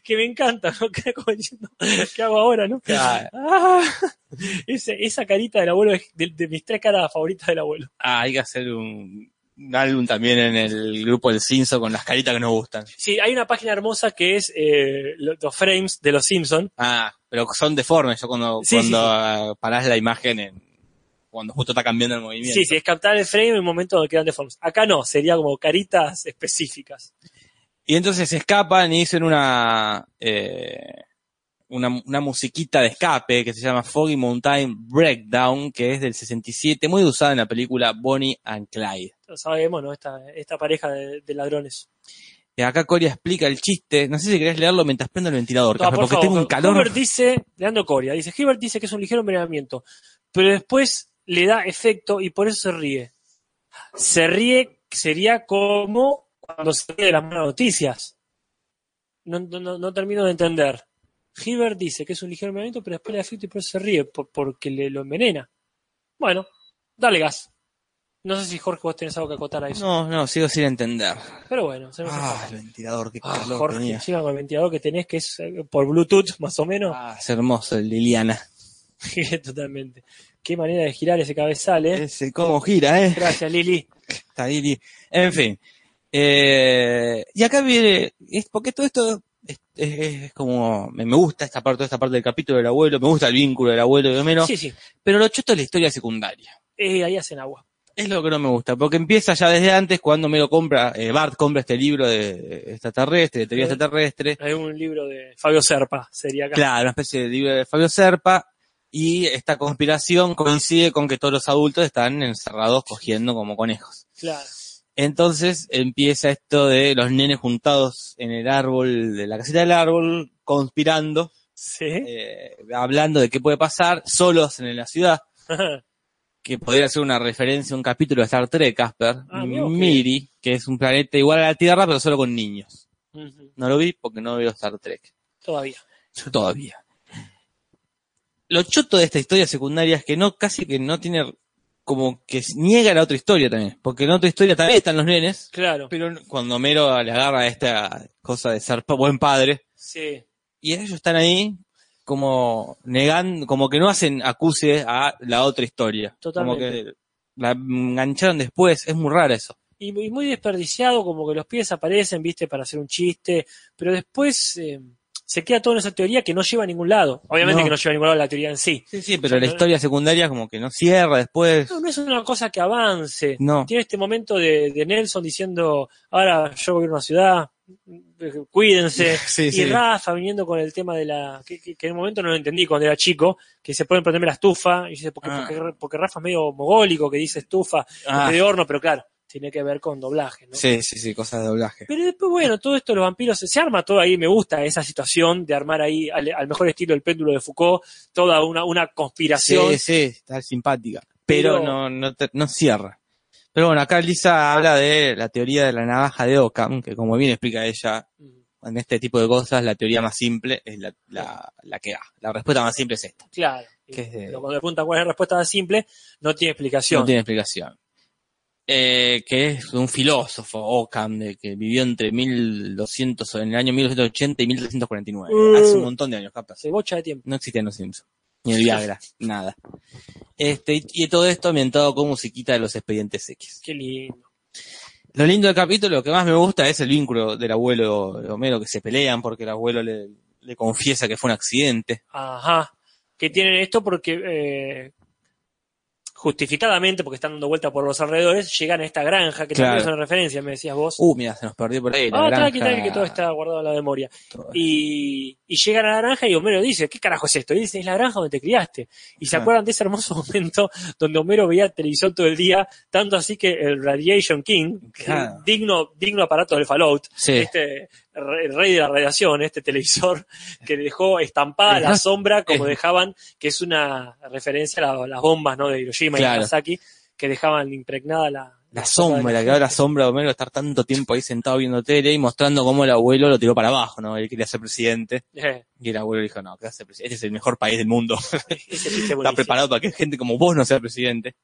Speaker 1: que me encanta, ¿no? Que como diciendo, ¿qué hago ahora, no?
Speaker 2: Ah,
Speaker 1: ¡Ah! Ese- esa carita del abuelo es de, de mis tres caras favoritas del abuelo.
Speaker 2: ah, hay que hacer un, un álbum también en el grupo del Cinzo con las caritas que nos gustan.
Speaker 1: Sí, hay una página hermosa que es eh, lo- los frames de los Simpsons.
Speaker 2: Ah, pero son deformes. Yo cuando,
Speaker 1: Sí,
Speaker 2: cuando
Speaker 1: sí, sí.
Speaker 2: ah, parás la imagen en, cuando justo está cambiando el movimiento.
Speaker 1: Sí, sí, es captar el frame en el momento donde quedan deformes. Acá no, sería como caritas específicas.
Speaker 2: Y entonces se escapan y dicen una, eh, una, una musiquita de escape que se llama Foggy Mountain Breakdown, que es del 67, muy usada en la película Bonnie and Clyde.
Speaker 1: Lo sabemos, ¿no? Esta, esta pareja de, de ladrones.
Speaker 2: Y acá Coria explica el chiste. No sé si querés leerlo mientras prendo el ventilador,
Speaker 1: No,
Speaker 2: Casper,
Speaker 1: Ah, por
Speaker 2: porque
Speaker 1: favor,
Speaker 2: tengo un calor.
Speaker 1: Hilbert dice, Leandro Coria, dice, Hilbert dice que es un ligero envenenamiento, pero después le da efecto y por eso se ríe. Se ríe, sería como cuando se ríe de las malas noticias. No, no- no- no termino de entender. Hilbert dice que es un ligero envenenamiento, pero después le da efecto y por eso se ríe, por- porque le lo envenena. Bueno, dale gas. No sé si Jorge vos tenés algo que acotar a eso.
Speaker 2: No, no, sigo sin entender.
Speaker 1: Pero bueno, se nos
Speaker 2: Ah,
Speaker 1: escapa.
Speaker 2: el ventilador, qué
Speaker 1: Ah,
Speaker 2: calor
Speaker 1: Jorge,
Speaker 2: tenía.
Speaker 1: encima con el ventilador que tenés, que es eh, por Bluetooth más o menos.
Speaker 2: Ah, es hermoso, el Liliana.
Speaker 1: Totalmente. Qué manera de girar ese cabezal, ¿eh?
Speaker 2: Ese cómo gira, eh.
Speaker 1: Gracias, Lili.
Speaker 2: Está Didi. En fin. Eh, y acá viene, es porque todo esto es, es- es como, me me gusta esta parte, toda esta parte del capítulo del abuelo, me gusta el vínculo del abuelo y de Homero,
Speaker 1: Sí, sí.
Speaker 2: pero lo choto es la historia secundaria.
Speaker 1: Eh, ahí hacen agua.
Speaker 2: Es lo que no me gusta, porque empieza ya desde antes cuando Homero compra, eh, Bart compra este libro de de extraterrestre, de teoría
Speaker 1: Sí.
Speaker 2: extraterrestre,
Speaker 1: Hay un libro de Fabio Serpa, sería acá.
Speaker 2: claro, una especie de libro de Fabio Serpa, y esta conspiración coincide con que todos los adultos están encerrados cogiendo como conejos.
Speaker 1: Claro.
Speaker 2: Entonces empieza esto de los nenes juntados en el árbol, de la casita del árbol, conspirando,
Speaker 1: Sí.
Speaker 2: eh, hablando de qué puede pasar, solos en la ciudad, que podría ser una referencia a un capítulo de Star Trek, Casper,
Speaker 1: Ah, mira, ok.
Speaker 2: Miri, que es un planeta igual a la Tierra, pero solo con niños.
Speaker 1: Ujú.
Speaker 2: No lo vi porque no veo Star Trek.
Speaker 1: Todavía.
Speaker 2: Yo todavía. Lo choto de esta historia secundaria es que no, casi que no tiene, como que niega la otra historia también, porque en otra historia también están los nenes,
Speaker 1: Claro.
Speaker 2: pero cuando Homero le agarra esta cosa de ser pa- buen padre,
Speaker 1: Sí.
Speaker 2: y ellos están ahí como negando, como que no hacen acuse a la otra historia.
Speaker 1: Totalmente.
Speaker 2: Como que la engancharon después, es muy raro eso.
Speaker 1: Y, y muy desperdiciado, como que los pies aparecen, viste, para hacer un chiste, pero después eh, se queda todo en esa teoría que no lleva a ningún lado. Obviamente
Speaker 2: No.
Speaker 1: que no lleva a ningún lado la teoría en sí.
Speaker 2: Sí, sí, pero la historia secundaria como que no cierra después.
Speaker 1: No, no es una cosa que avance.
Speaker 2: No.
Speaker 1: Tiene este momento de, de Nelson diciendo, ahora yo voy a ir a una ciudad, eh, cuídense.
Speaker 2: Sí,
Speaker 1: y Rafa viniendo con el tema de la. Que, que- que en un momento no lo entendí cuando era chico, que se pueden prenderme la estufa, y dice, porque,
Speaker 2: Ah.
Speaker 1: porque, porque Rafa es medio mogólico que dice estufa,
Speaker 2: Ah,
Speaker 1: es de horno, pero claro, tiene que ver con doblaje, ¿no?
Speaker 2: sí, sí, sí, cosas de doblaje.
Speaker 1: Pero después, bueno, todo esto, los vampiros, se, se arma todo ahí, me gusta esa situación de armar ahí al, al mejor estilo el péndulo de Foucault, toda una, una conspiración.
Speaker 2: Sí, sí, está simpática. Pero,
Speaker 1: Pero-
Speaker 2: no, no, te- no cierra. Pero bueno, acá Lisa habla de la teoría de la navaja de Ockham, que como bien explica ella,
Speaker 1: Mm,
Speaker 2: en este tipo de cosas la teoría más simple es la, la, la que da. La respuesta más simple es esta.
Speaker 1: Claro.
Speaker 2: Que es de-
Speaker 1: Pero cuando le preguntan cuál es la respuesta simple, no tiene explicación.
Speaker 2: No tiene explicación. Eh, que es un filósofo, Ockham, de que vivió entre 1200, en el año 1280 y 1349.
Speaker 1: Uh.
Speaker 2: Hace un montón de años, capaz.
Speaker 1: Se bocha de tiempo.
Speaker 2: No existían los Simpsons. Ni el Viagra, nada. Este, y- y todo esto ambientado con musiquita de los expedientes X.
Speaker 1: Qué lindo.
Speaker 2: Lo lindo del capítulo, lo que más me gusta es el vínculo del abuelo de Homero, que se pelean porque el abuelo le, le confiesa que fue un accidente.
Speaker 1: Ajá. Que tienen esto porque, eh, justificadamente, porque están dando vuelta por los alrededores, llegan a esta granja, que
Speaker 2: Claro.
Speaker 1: también es una referencia, me decías vos.
Speaker 2: Uh, mira, se nos perdió por ahí. La
Speaker 1: Ah,
Speaker 2: granja,
Speaker 1: tranqui, tranqui, que todo está guardado en la memoria.
Speaker 2: todo.
Speaker 1: Y, y llegan a la granja y Homero dice, ¿qué carajo es esto? Y dice, es la granja donde te criaste. Y se
Speaker 2: Ah.
Speaker 1: acuerdan de ese hermoso momento donde Homero veía televisión todo el día, tanto así que el Radiation King, que
Speaker 2: Claro.
Speaker 1: un digno, digno aparato del Fallout,
Speaker 2: Sí.
Speaker 1: este re- el rey de la radiación, este televisor, que dejó estampada la
Speaker 2: Ajá.
Speaker 1: sombra como
Speaker 2: Eh.
Speaker 1: dejaban, que es una referencia a la- las bombas ¿no? de Hiroshima y
Speaker 2: Claro.
Speaker 1: Nagasaki, que dejaban impregnada la, cosa
Speaker 2: La
Speaker 1: de
Speaker 2: sombra, que ahora la sombra de Homero estar tanto tiempo ahí sentado viendo tele y mostrando cómo el abuelo lo tiró para abajo, ¿no? Él quería ser presidente.
Speaker 1: Eh,
Speaker 2: Y el abuelo dijo, no, que va a ser presidente. Este es el mejor país del mundo.
Speaker 1: ese chiste
Speaker 2: está
Speaker 1: buenísimo.
Speaker 2: preparado para que gente como vos no sea presidente.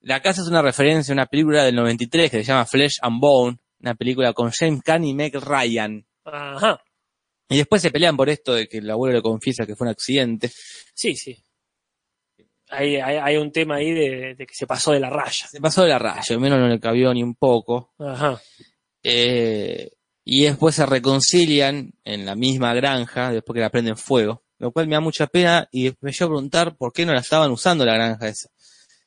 Speaker 2: La casa es una referencia a una película del 93 que se llama Flesh and Bone, una película con James Caan y Meg Ryan.
Speaker 1: Ajá.
Speaker 2: Y después se pelean por esto de que el abuelo le confiesa que fue un accidente.
Speaker 1: Sí, sí. Hay, hay, hay un tema ahí de, de que se pasó de la raya.
Speaker 2: Se pasó de la raya, al menos no le cabió ni un poco.
Speaker 1: Ajá.
Speaker 2: Eh, y después se reconcilian en la misma granja, después que la prenden fuego. Lo cual me da mucha pena y me llevo a preguntar por qué no la estaban usando la granja esa.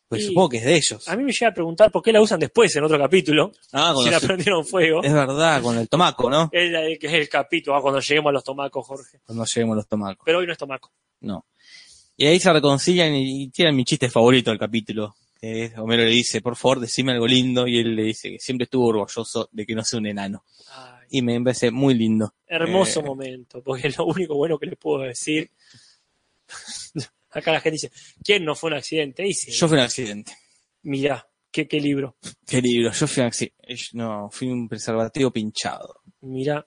Speaker 2: Pues
Speaker 1: Y-
Speaker 2: supongo que es de ellos.
Speaker 1: A mí me llega a preguntar por qué la usan después en otro capítulo,
Speaker 2: Ah, con
Speaker 1: si la
Speaker 2: los-
Speaker 1: prendieron fuego.
Speaker 2: es verdad, con el tomaco, ¿no?
Speaker 1: Es la- que es el capítulo, ah, cuando lleguemos a los tomacos, Jorge.
Speaker 2: Cuando lleguemos los tomacos.
Speaker 1: Pero hoy no es tomaco.
Speaker 2: No. Y ahí se reconcilian y, y tienen mi chiste favorito del capítulo. que es, Homero le dice, por favor, decime algo lindo. Y él le dice que siempre estuvo orgulloso de que no sea un enano.
Speaker 1: Ay,
Speaker 2: Y me parece muy lindo.
Speaker 1: hermoso
Speaker 2: Eh.
Speaker 1: momento, porque lo único bueno que les puedo decir. Acá la gente dice, ¿quién no fue un accidente? Y sí,
Speaker 2: Yo fui un accidente.
Speaker 1: mirá, qué, qué libro.
Speaker 2: Qué libro. Yo fui un accidente. No, fui un preservativo pinchado.
Speaker 1: Mirá.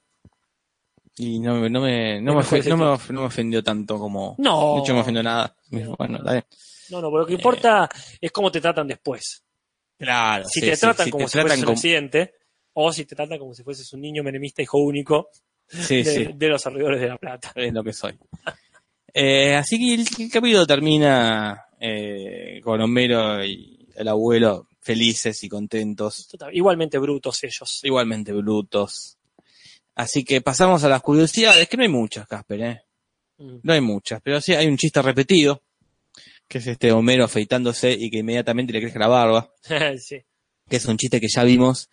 Speaker 2: Y no, me- no, me, no, me,
Speaker 1: Mejor
Speaker 2: ofe-
Speaker 1: ese
Speaker 2: no me of- no me ofendió tanto como...
Speaker 1: No.
Speaker 2: De hecho, no me ofendió nada.
Speaker 1: No.
Speaker 2: Bueno, está bien.
Speaker 1: No, no, pero lo que importa es cómo te tratan después.
Speaker 2: Claro.
Speaker 1: si
Speaker 2: sí,
Speaker 1: te
Speaker 2: sí,
Speaker 1: tratan
Speaker 2: si
Speaker 1: como
Speaker 2: te
Speaker 1: si
Speaker 2: tratan
Speaker 1: fueses un
Speaker 2: como-
Speaker 1: accidente, o si te tratan como si fueses un niño menemista hijo único
Speaker 2: Sí,
Speaker 1: de,
Speaker 2: sí.
Speaker 1: de los alrededores de La Plata.
Speaker 2: es lo que soy. Eh, así que el, el capítulo termina eh, con Homero y el abuelo felices y contentos,
Speaker 1: Total, igualmente brutos ellos.
Speaker 2: igualmente brutos. Así que pasamos a las curiosidades, que no hay muchas, Casper, ¿eh?
Speaker 1: Mm.
Speaker 2: No hay muchas, pero sí hay un chiste repetido, que es este Homero afeitándose y que inmediatamente le crece la barba,
Speaker 1: sí.
Speaker 2: que es un chiste que ya vimos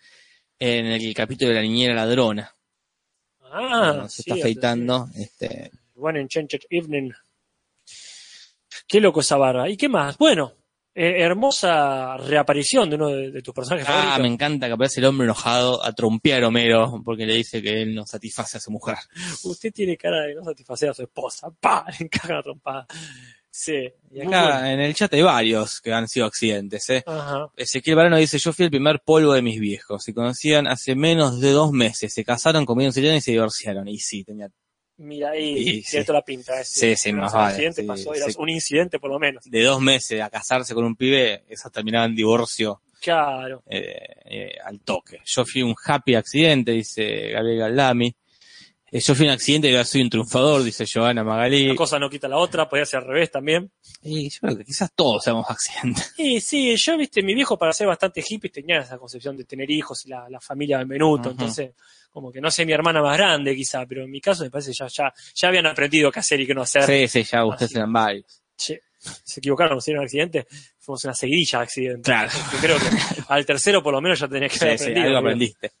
Speaker 2: en el capítulo de la niñera ladrona.
Speaker 1: Ah,
Speaker 2: se
Speaker 1: cierto,
Speaker 2: está afeitando, este,
Speaker 1: sí. One enchanted evening. Qué loco esa barba. ¿Y qué más? Bueno, eh, hermosa reaparición de uno de, de tus personajes
Speaker 2: Ah, me
Speaker 1: favoritos.
Speaker 2: encanta que aparece el hombre enojado a trompear a Homero porque le dice que él no satisface a su mujer.
Speaker 1: Usted tiene cara de no satisfacer a su esposa. ¡Pah! Le encaja la trompada. Sí.
Speaker 2: Y
Speaker 1: muy
Speaker 2: acá
Speaker 1: bueno.
Speaker 2: en el chat hay varios que han sido accidentes, ¿eh?
Speaker 1: Ajá.
Speaker 2: Ezequiel Barano dice, yo fui el primer polvo de mis viejos. Se conocían hace menos de dos meses. Se casaron, comieron sirena y se divorciaron. Y sí, tenía...
Speaker 1: Mira ahí,
Speaker 2: Sí,
Speaker 1: cierto la pinta. ¿eh?
Speaker 2: Sí, sí,
Speaker 1: Era
Speaker 2: más
Speaker 1: un
Speaker 2: vale,
Speaker 1: accidente
Speaker 2: sí,
Speaker 1: pasó, era
Speaker 2: sí.
Speaker 1: un incidente por lo menos.
Speaker 2: De dos meses a casarse con un pibe, esas terminaban en divorcio
Speaker 1: Claro.
Speaker 2: eh, eh, al toque. Yo fui un happy accidente, dice Gabriel Galdami. Eh, yo fui un accidente y ahora soy un triunfador, dice Giovanna Magalí.
Speaker 1: Una cosa no quita la otra, podía ser al revés también.
Speaker 2: Y yo creo que quizás todos seamos accidentes.
Speaker 1: Y sí, yo, viste, mi viejo para ser bastante hippie tenía esa concepción de tener hijos y la, la familia Benvenuto.
Speaker 2: Ajá.
Speaker 1: Entonces, como que no sé mi hermana más grande quizá, pero en mi caso me parece ya, ya, ya habían aprendido qué hacer y qué no hacer.
Speaker 2: Sí, sí, ya ustedes
Speaker 1: Así.
Speaker 2: eran varios.
Speaker 1: Che, se equivocaron, hicieron un accidente, fuimos una seguidilla de accidentes.
Speaker 2: Claro.
Speaker 1: Yo creo que al tercero por lo menos ya tenés que haber
Speaker 2: Sí, sí,
Speaker 1: aprendido,
Speaker 2: algo
Speaker 1: pero-
Speaker 2: aprendiste.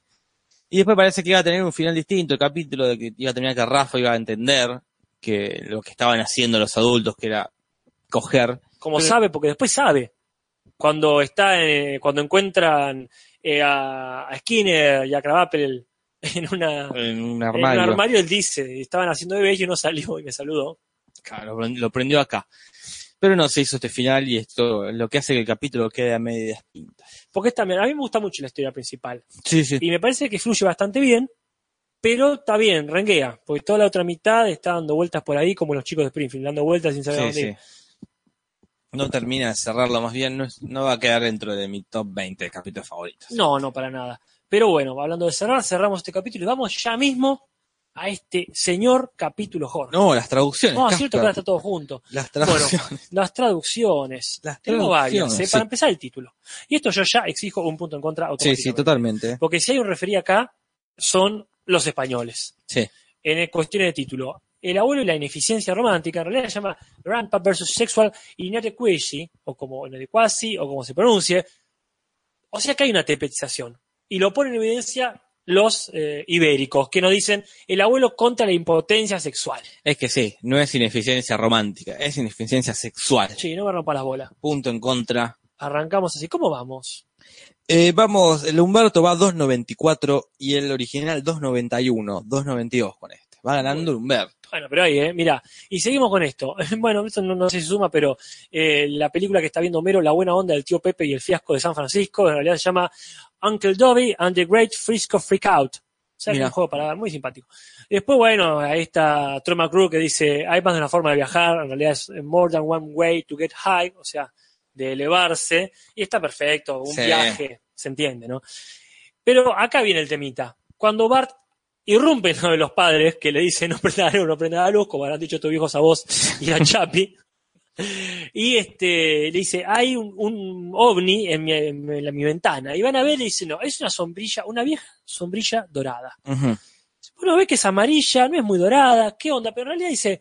Speaker 2: Y después parece que iba a tener un final distinto el capítulo, de que iba a terminar que Rafa iba a entender que lo que estaban haciendo los adultos, que era coger.
Speaker 1: Como
Speaker 2: Pero-
Speaker 1: sabe, porque después sabe. Cuando está eh, cuando encuentran eh, a, a Skinner y a Krabappel en, una,
Speaker 2: En un
Speaker 1: en un
Speaker 2: armario.
Speaker 1: armario, él dice, estaban haciendo bebés y uno salió y me saludó.
Speaker 2: Claro, lo prend- lo prendió acá. Pero no se hizo este final y esto es lo que hace que el capítulo quede a medias tintas.
Speaker 1: Porque esta- a mí me gusta mucho la historia principal.
Speaker 2: Sí, sí.
Speaker 1: Y me parece que fluye bastante bien, pero está bien, renguea. Porque toda la otra mitad está dando vueltas por ahí, como los chicos de Springfield, dando vueltas sin saber a
Speaker 2: Sí,
Speaker 1: dónde ir.
Speaker 2: sí. No termina de cerrarlo más bien, no, es- no va a quedar dentro de mi top 20 de capítulos favoritos.
Speaker 1: No, no, para nada. Pero bueno, hablando de cerrar, cerramos este capítulo y vamos ya mismo a este señor capítulo horror.
Speaker 2: No, las traducciones.
Speaker 1: No, es
Speaker 2: Kafka.
Speaker 1: cierto que ahora está todo junto.
Speaker 2: Las
Speaker 1: Bueno,
Speaker 2: traducciones.
Speaker 1: las traducciones.
Speaker 2: Las
Speaker 1: Tenemos varias. ¿eh?
Speaker 2: traducciones, sí.
Speaker 1: Para empezar, el título. Y esto yo ya exijo un punto en contra
Speaker 2: sí,
Speaker 1: automáticamente.
Speaker 2: sí, totalmente.
Speaker 1: Porque si hay un referí acá, son los españoles.
Speaker 2: Sí.
Speaker 1: En el- cuestiones de título. El abuelo y la ineficiencia romántica, en realidad se llama Grandpa versus Sexual Inadequacy, o como inadequacy, o como se pronuncie. O sea que hay una tepetización. Y lo ponen en evidencia los eh, ibéricos, que nos dicen el abuelo contra la impotencia sexual.
Speaker 2: Es que sí, no es ineficiencia romántica, es ineficiencia sexual.
Speaker 1: Sí, no me rompa las bolas.
Speaker 2: Punto en contra.
Speaker 1: Arrancamos así. ¿Cómo vamos?
Speaker 2: Eh, vamos, el Humberto va 2.94 y el original 2.91, 2.92 con este. Va ganando el Humberto.
Speaker 1: Bueno, pero ahí, ¿eh? Mira, y seguimos con esto. Bueno, esto no, no sé si suma, pero eh, la película que está viendo Homero, La buena onda del tío Pepe y el fiasco de San Francisco, en realidad se llama Uncle Dobby and the Great Frisco Freakout. O sea, que es
Speaker 2: Mira.
Speaker 1: un juego para muy simpático. Y después, bueno, ahí está Troma Crew que dice, hay más de una forma de viajar, en realidad es more than one way to get high, o sea, de elevarse, y está perfecto, un
Speaker 2: Sí.
Speaker 1: viaje, se entiende, ¿no? Pero acá viene el temita. Cuando Bart irrumpe en lo de los padres que le dicen no prenda la luz, no prenda la luz, como habrán dicho tus viejos a vos y a Chapi. Y este, le dice, hay un, un ovni en mi, en mi- en mi ventana. Y van a ver, y le dice, no, es una sombrilla, una vieja sombrilla dorada.
Speaker 2: Ujú.
Speaker 1: Uno ve que es amarilla, no es muy dorada, ¿qué onda? Pero en realidad dice,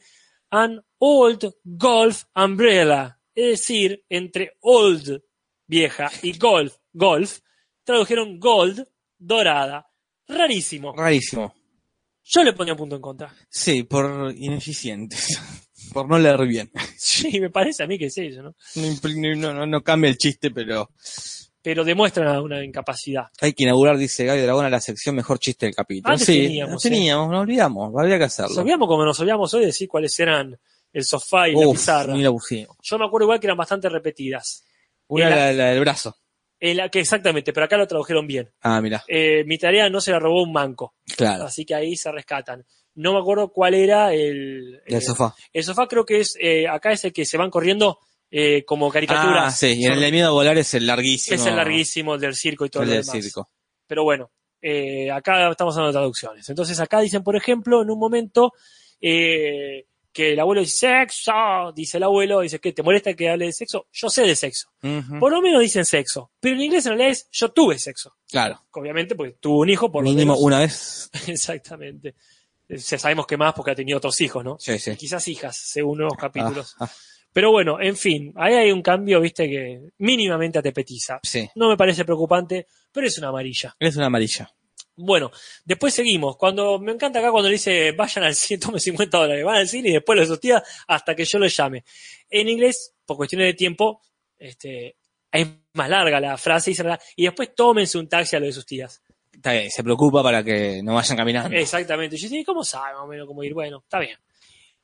Speaker 1: an old golf umbrella. Es decir, entre old, vieja, y golf, golf, tradujeron gold, dorada. Rarísimo.
Speaker 2: Rarísimo.
Speaker 1: Yo le ponía un punto en contra.
Speaker 2: Sí, por ineficientes. por no leer bien.
Speaker 1: Sí, me parece a mí que es eso, ¿no?
Speaker 2: No, impl- no, no, no cambia el chiste, pero
Speaker 1: Pero demuestran una incapacidad.
Speaker 2: hay que inaugurar, dice Gaby Dragón, a la sección mejor chiste del capítulo.
Speaker 1: Antes
Speaker 2: sí,
Speaker 1: teníamos,
Speaker 2: no
Speaker 1: ¿eh?
Speaker 2: teníamos, no olvidamos, habría que hacerlo.
Speaker 1: Sabíamos como nos sabíamos hoy decir cuáles eran el sofá y la
Speaker 2: Uf,
Speaker 1: pizarra.
Speaker 2: ni la busqué.
Speaker 1: Yo me acuerdo igual que eran bastante repetidas.
Speaker 2: Una
Speaker 1: Era-
Speaker 2: la, la del brazo.
Speaker 1: En la que exactamente, pero acá lo tradujeron bien.
Speaker 2: Ah, mira,
Speaker 1: Eh, mi tarea no se la robó un manco,
Speaker 2: claro.
Speaker 1: así que ahí se rescatan. No me acuerdo cuál era el...
Speaker 2: Del
Speaker 1: eh,
Speaker 2: sofá.
Speaker 1: El sofá creo que es, eh, acá es el que se van corriendo eh, como caricaturas.
Speaker 2: Ah, sí, y el de miedo a volar es el larguísimo.
Speaker 1: es el larguísimo, el del circo y todo
Speaker 2: el
Speaker 1: lo
Speaker 2: del
Speaker 1: demás.
Speaker 2: circo.
Speaker 1: Pero bueno, eh, acá estamos hablando de traducciones. Entonces acá dicen, por ejemplo, en un momento eh, que el abuelo dice sexo, dice el abuelo, dice que te molesta que hable de sexo, yo sé de sexo.
Speaker 2: Ujú,
Speaker 1: Por lo menos dicen sexo, pero en inglés en realidad es yo tuve sexo.
Speaker 2: Claro.
Speaker 1: Obviamente, porque tuvo un hijo, por lo
Speaker 2: Mínimo
Speaker 1: menos.
Speaker 2: una vez.
Speaker 1: Exactamente. Eh, Ya sabemos que más porque ha tenido otros hijos, ¿no?
Speaker 2: Sí, sí.
Speaker 1: Y quizás hijas, según los capítulos.
Speaker 2: Ah, ah,
Speaker 1: Pero bueno, en fin, ahí hay un cambio, viste, que mínimamente atepetiza.
Speaker 2: sí.
Speaker 1: No me parece preocupante, pero es una amarilla.
Speaker 2: Es una amarilla.
Speaker 1: Bueno, después seguimos. Cuando me encanta acá cuando le dice vayan al cine, tomen 50 dólares, van al cine y después los hostia hasta que yo los llame. En inglés, por cuestiones de tiempo, Este, es más larga la frase y, se la- y después tómense un taxi a lo de sus tías.
Speaker 2: Está bien, se preocupa para que no vayan caminando.
Speaker 1: Exactamente. Y Yo dije, ¿cómo sabe más o menos cómo ir? Bueno, está bien.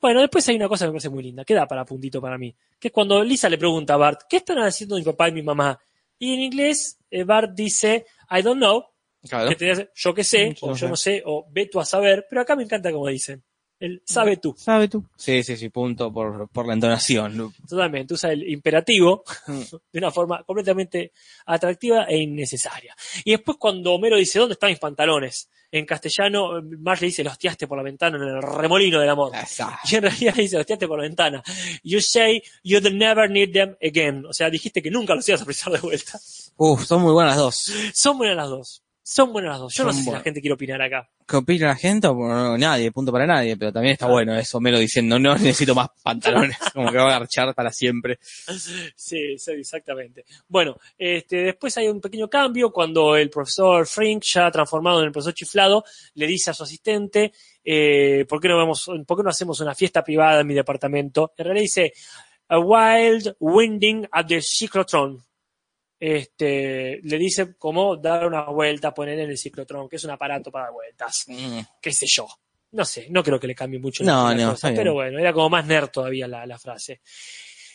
Speaker 1: Bueno, después hay una cosa que me parece muy linda, que da para puntito para mí, que es cuando Lisa le pregunta a Bart, ¿qué están haciendo mi papá y mi mamá? Y en inglés, eh, Bart dice, I don't know,
Speaker 2: Claro. Mm,
Speaker 1: que tenía que ser, yo qué sé,
Speaker 2: Yo
Speaker 1: o
Speaker 2: no
Speaker 1: yo no sé, o ve tú a saber, pero acá me encanta como dicen, el sabe tú,
Speaker 2: Sabe tú. Sí, sí, sí, punto por, por la entonación.
Speaker 1: totalmente, usa el imperativo
Speaker 2: Mm.
Speaker 1: de una forma completamente atractiva e innecesaria. Y después cuando Homero dice, ¿dónde están mis pantalones? En castellano, eh, Marge dice, los tiaste por la ventana en el remolino del amor.
Speaker 2: Esa.
Speaker 1: Y en realidad dice, los tiraste por la ventana. You say you'd never need them again. O sea, dijiste que nunca los ibas a precisar de vuelta.
Speaker 2: Uf, son muy buenas las dos.
Speaker 1: Son buenas las dos. Son buenas las dos. Yo no
Speaker 2: Son
Speaker 1: sé si
Speaker 2: buenas.
Speaker 1: la gente quiere opinar acá.
Speaker 2: ¿Qué opina la gente? Bueno, nadie, punto para nadie, pero también
Speaker 1: Ah.
Speaker 2: está bueno eso, Melo diciendo, no necesito más pantalones, como que va a garchar para siempre.
Speaker 1: Sí, sí, exactamente. Bueno, este, después hay un pequeño cambio cuando el profesor Frink, ya transformado en el profesor chiflado, le dice a su asistente, eh, ¿por, qué no vamos, ¿por qué no hacemos una fiesta privada en mi departamento? En realidad dice, a wild winding at the cyclotron. Este, le dice cómo dar una vuelta, poner en el ciclotron, que es un aparato para dar vueltas,
Speaker 2: Mm,
Speaker 1: qué sé yo. No sé, no creo que le cambie mucho
Speaker 2: No,
Speaker 1: la
Speaker 2: no,
Speaker 1: cosa,
Speaker 2: está bien.
Speaker 1: pero bueno, era como más nerd todavía la, la frase.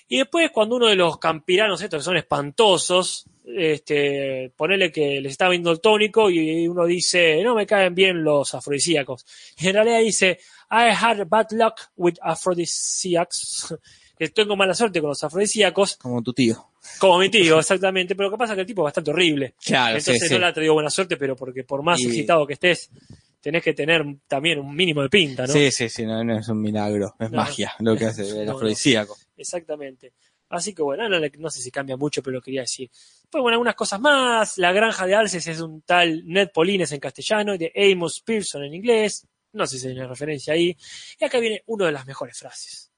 Speaker 1: Y después, cuando uno de los campiranos, estos que son espantosos, este, ponele que les está viendo el tónico y uno dice, no me caen bien los afrodisíacos. Y en realidad dice, I had bad luck with aphrodisiacs, que tengo mala suerte con los afrodisíacos,
Speaker 2: Como tu tío.
Speaker 1: como mi tío, exactamente, pero lo que pasa es que el tipo es bastante horrible.
Speaker 2: Claro, sí,
Speaker 1: Entonces
Speaker 2: sí.
Speaker 1: no le ha traído buena suerte, pero porque por más
Speaker 2: Y-
Speaker 1: excitado que estés, tenés que tener también un mínimo de pinta, ¿no?
Speaker 2: Sí, sí, sí, no, no es un milagro, es
Speaker 1: No.
Speaker 2: magia lo que hace el
Speaker 1: No, no.
Speaker 2: afrodisíaco.
Speaker 1: Exactamente. Así que bueno, no, le- no sé si cambia mucho, pero lo quería decir. Pues bueno, algunas cosas más. La granja de Alces es un tal Ned Polines en castellano y de Amos Pearson en inglés. No sé si hay una referencia ahí. Y acá viene una de las mejores frases.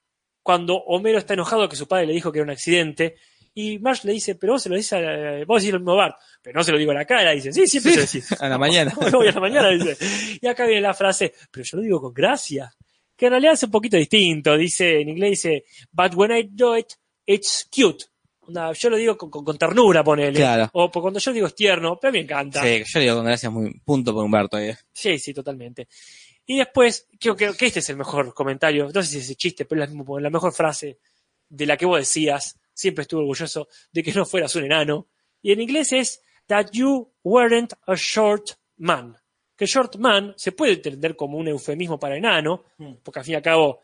Speaker 1: Cuando Homero está enojado que su padre le dijo que era un accidente y Marsh le dice, pero vos se lo dices a, eh, vos decís lo mismo a Bart, pero no se lo digo a la cara. Dicen, sí, siempre se lo decís.
Speaker 2: A la mañana.
Speaker 1: Hoy voy a la mañana, dice. Y acá viene la frase, pero yo lo digo con gracia. Que en realidad es un poquito distinto. Dice, en inglés dice, but when I do it, it's cute. Onda, yo lo digo con, con- con ternura, ponele.
Speaker 2: Claro.
Speaker 1: O por cuando yo digo es tierno, pero a mí me encanta. Sí,
Speaker 2: Sí, yo le digo con gracias, muy punto por Humberto. eh.
Speaker 1: sí, totalmente. Y después, creo, creo que este es el mejor comentario. No sé si es el chiste, pero es la, la mejor frase de la que vos decías. Siempre estuve orgulloso de que no fueras un enano. Y en inglés es that you weren't a short man. Que short man se puede entender como un eufemismo para enano,
Speaker 2: Mm.
Speaker 1: porque al fin y al cabo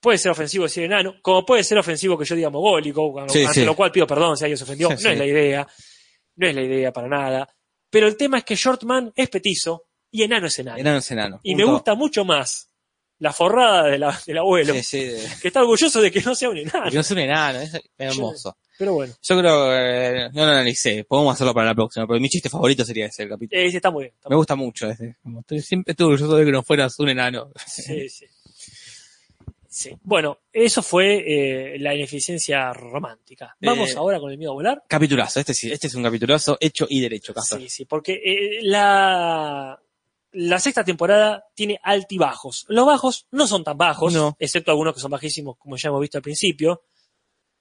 Speaker 1: puede ser ofensivo decir enano, como puede ser ofensivo que yo diga mogólico, cuando-
Speaker 2: Sí,
Speaker 1: ante
Speaker 2: sí.
Speaker 1: lo cual pido perdón si alguien se ofendió.
Speaker 2: Sí,
Speaker 1: no
Speaker 2: sí.
Speaker 1: es la idea, no es la idea para nada. Pero el tema es que short man es petizo y enano es enano.
Speaker 2: Enano es enano.
Speaker 1: y me
Speaker 2: punto.
Speaker 1: gusta mucho más la forrada de la- del abuelo,
Speaker 2: Sí, sí, de-
Speaker 1: que está orgulloso de que no sea un enano.
Speaker 2: Yo soy un enano, es hermoso.
Speaker 1: Pero bueno,
Speaker 2: Yo creo que no lo analicé, podemos hacerlo para la próxima, pero mi chiste favorito sería ese, el capítulo.
Speaker 1: eh, está muy bien. está
Speaker 2: Me gusta mucho ese. Como estoy- siempre estuve orgulloso de que no fueras un enano.
Speaker 1: Sí, sí. Sí. Bueno, eso fue eh, la ineficiencia romántica. Vamos
Speaker 2: Eh,
Speaker 1: ahora con el miedo a volar.
Speaker 2: Capitulazo, este sí, este es un capitulazo hecho y derecho, Castor.
Speaker 1: Sí, sí, porque eh, la, la sexta temporada tiene altibajos. Los bajos no son tan bajos,
Speaker 2: No.
Speaker 1: excepto algunos que son bajísimos, como ya hemos visto al principio,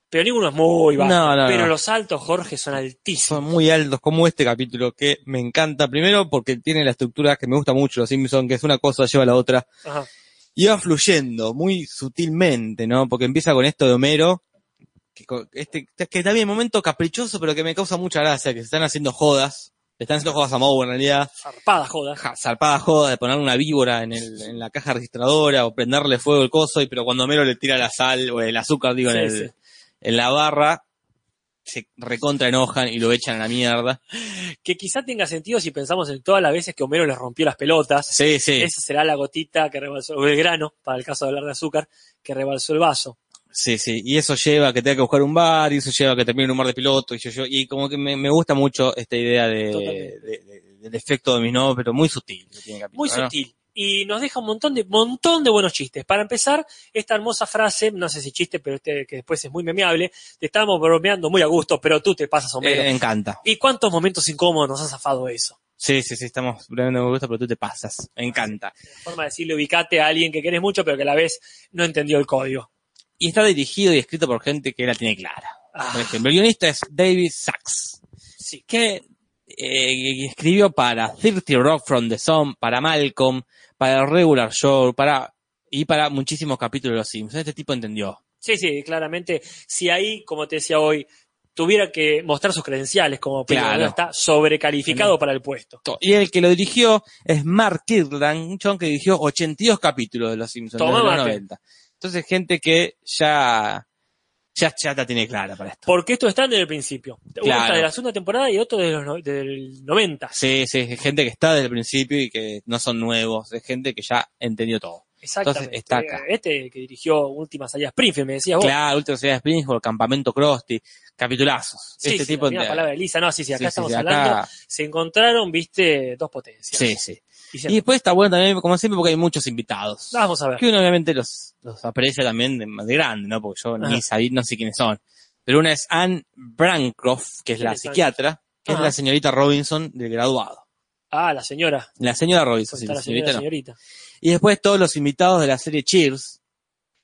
Speaker 1: pero ninguno es muy bajo.
Speaker 2: No, no,
Speaker 1: pero
Speaker 2: no.
Speaker 1: los altos, Jorge, son altísimos.
Speaker 2: Son muy altos como este capítulo que me encanta. Primero porque tiene la estructura que me gusta mucho, los Simpsons, que es una cosa lleva a la otra.
Speaker 1: Ajá.
Speaker 2: Y va fluyendo muy sutilmente, ¿no? Porque empieza con esto de Homero, que, co- este, que también un momento caprichoso, pero que me causa mucha gracia, que se están haciendo jodas. Le están haciendo jodas a Moe en realidad.
Speaker 1: Zarpada joda.
Speaker 2: ja- zarpada joda de poner una víbora en, el, en la caja registradora o prenderle fuego el coso, y pero cuando Homero le tira la sal o el azúcar, digo, en,
Speaker 1: Sí,
Speaker 2: el- en la barra, se recontra enojan y lo echan a la mierda.
Speaker 1: Que quizá tenga sentido si pensamos en todas las veces que Homero les rompió las pelotas.
Speaker 2: Sí, sí,
Speaker 1: Esa será la gotita que rebalsó, o el grano, para el caso de hablar de azúcar, que rebalsó el vaso.
Speaker 2: sí, sí. Y eso lleva a que tenga que buscar un bar, y eso lleva a que termine en un bar de piloto, y yo, yo, y como que me, me gusta mucho esta idea de,
Speaker 1: Totalmente.
Speaker 2: de- de- del efecto dominó, pero muy sutil. que tiene el
Speaker 1: Muy
Speaker 2: capítulo, ¿no?
Speaker 1: sutil. Y nos deja un montón de, montón de buenos chistes. Para empezar, esta hermosa frase, no sé si chiste, pero este que después es muy memeable, te estamos bromeando muy a gusto, pero tú te pasas Homero.
Speaker 2: Eh, me encanta.
Speaker 1: ¿Y cuántos momentos incómodos nos ha zafado eso?
Speaker 2: Sí, sí, sí, estamos poniendo me gusta, pero tú te pasas. Me encanta.
Speaker 1: Forma de decirle, ubicate a alguien que querés mucho, pero que a la vez no entendió el código.
Speaker 2: Y está dirigido y escrito por gente que la tiene clara.
Speaker 1: Ah,
Speaker 2: Por ejemplo, el guionista es David Sachs,
Speaker 1: sí.
Speaker 2: que eh, escribió para 30 Rock from the Sun, para Malcolm, para Regular Show, para y para muchísimos capítulos de Los Simpsons. Este tipo entendió.
Speaker 1: sí, sí, claramente. Si ahí, como te decía hoy, tuviera que mostrar sus credenciales como periodista,
Speaker 2: Claro.
Speaker 1: está sobrecalificado para el puesto.
Speaker 2: To- Y el que lo dirigió es Mark Kirkland, un chabón que dirigió 82 capítulos de Los Simpsons
Speaker 1: Toma
Speaker 2: desde los
Speaker 1: mate.
Speaker 2: 90. Entonces, gente que ya, ya, ya la tiene clara para esto.
Speaker 1: Porque esto está desde el principio. Uno
Speaker 2: Claro.
Speaker 1: está de la segunda temporada y otro de los no- del 90.
Speaker 2: Sí, sí, es gente que está desde el principio y que no son nuevos, es gente que ya entendió todo.
Speaker 1: Exactamente.
Speaker 2: Entonces, está acá.
Speaker 1: Este que dirigió Últimas Salidas Springfield, me decías vos.
Speaker 2: Claro, Ultra Series Springfield, Campamento Krusty, capitulazos.
Speaker 1: Sí,
Speaker 2: este
Speaker 1: sí,
Speaker 2: tipo
Speaker 1: la primera
Speaker 2: de-
Speaker 1: palabra de Lisa. No, sí, sí, acá
Speaker 2: Sí, sí,
Speaker 1: estamos
Speaker 2: sí, acá-
Speaker 1: hablando. Se encontraron, viste, dos potencias.
Speaker 2: Sí, sí.
Speaker 1: Y
Speaker 2: Y
Speaker 1: dijeron,
Speaker 2: después está bueno también, como siempre, porque hay muchos invitados.
Speaker 1: vamos a ver.
Speaker 2: Que uno obviamente los, los aprecia también de, de grande, ¿no? Porque yo
Speaker 1: Ajá.
Speaker 2: ni sabí, no sé quiénes son. Pero una es Anne Brancroft, que es la
Speaker 1: ¿Quién es Anne?
Speaker 2: psiquiatra, que es
Speaker 1: Ajá.
Speaker 2: la señorita Robinson del graduado.
Speaker 1: Ah, la señora.
Speaker 2: La señora Robinson, sí,
Speaker 1: Está
Speaker 2: la
Speaker 1: la señora,
Speaker 2: señorita
Speaker 1: la
Speaker 2: no.
Speaker 1: señorita.
Speaker 2: Y después todos los invitados de la serie Cheers.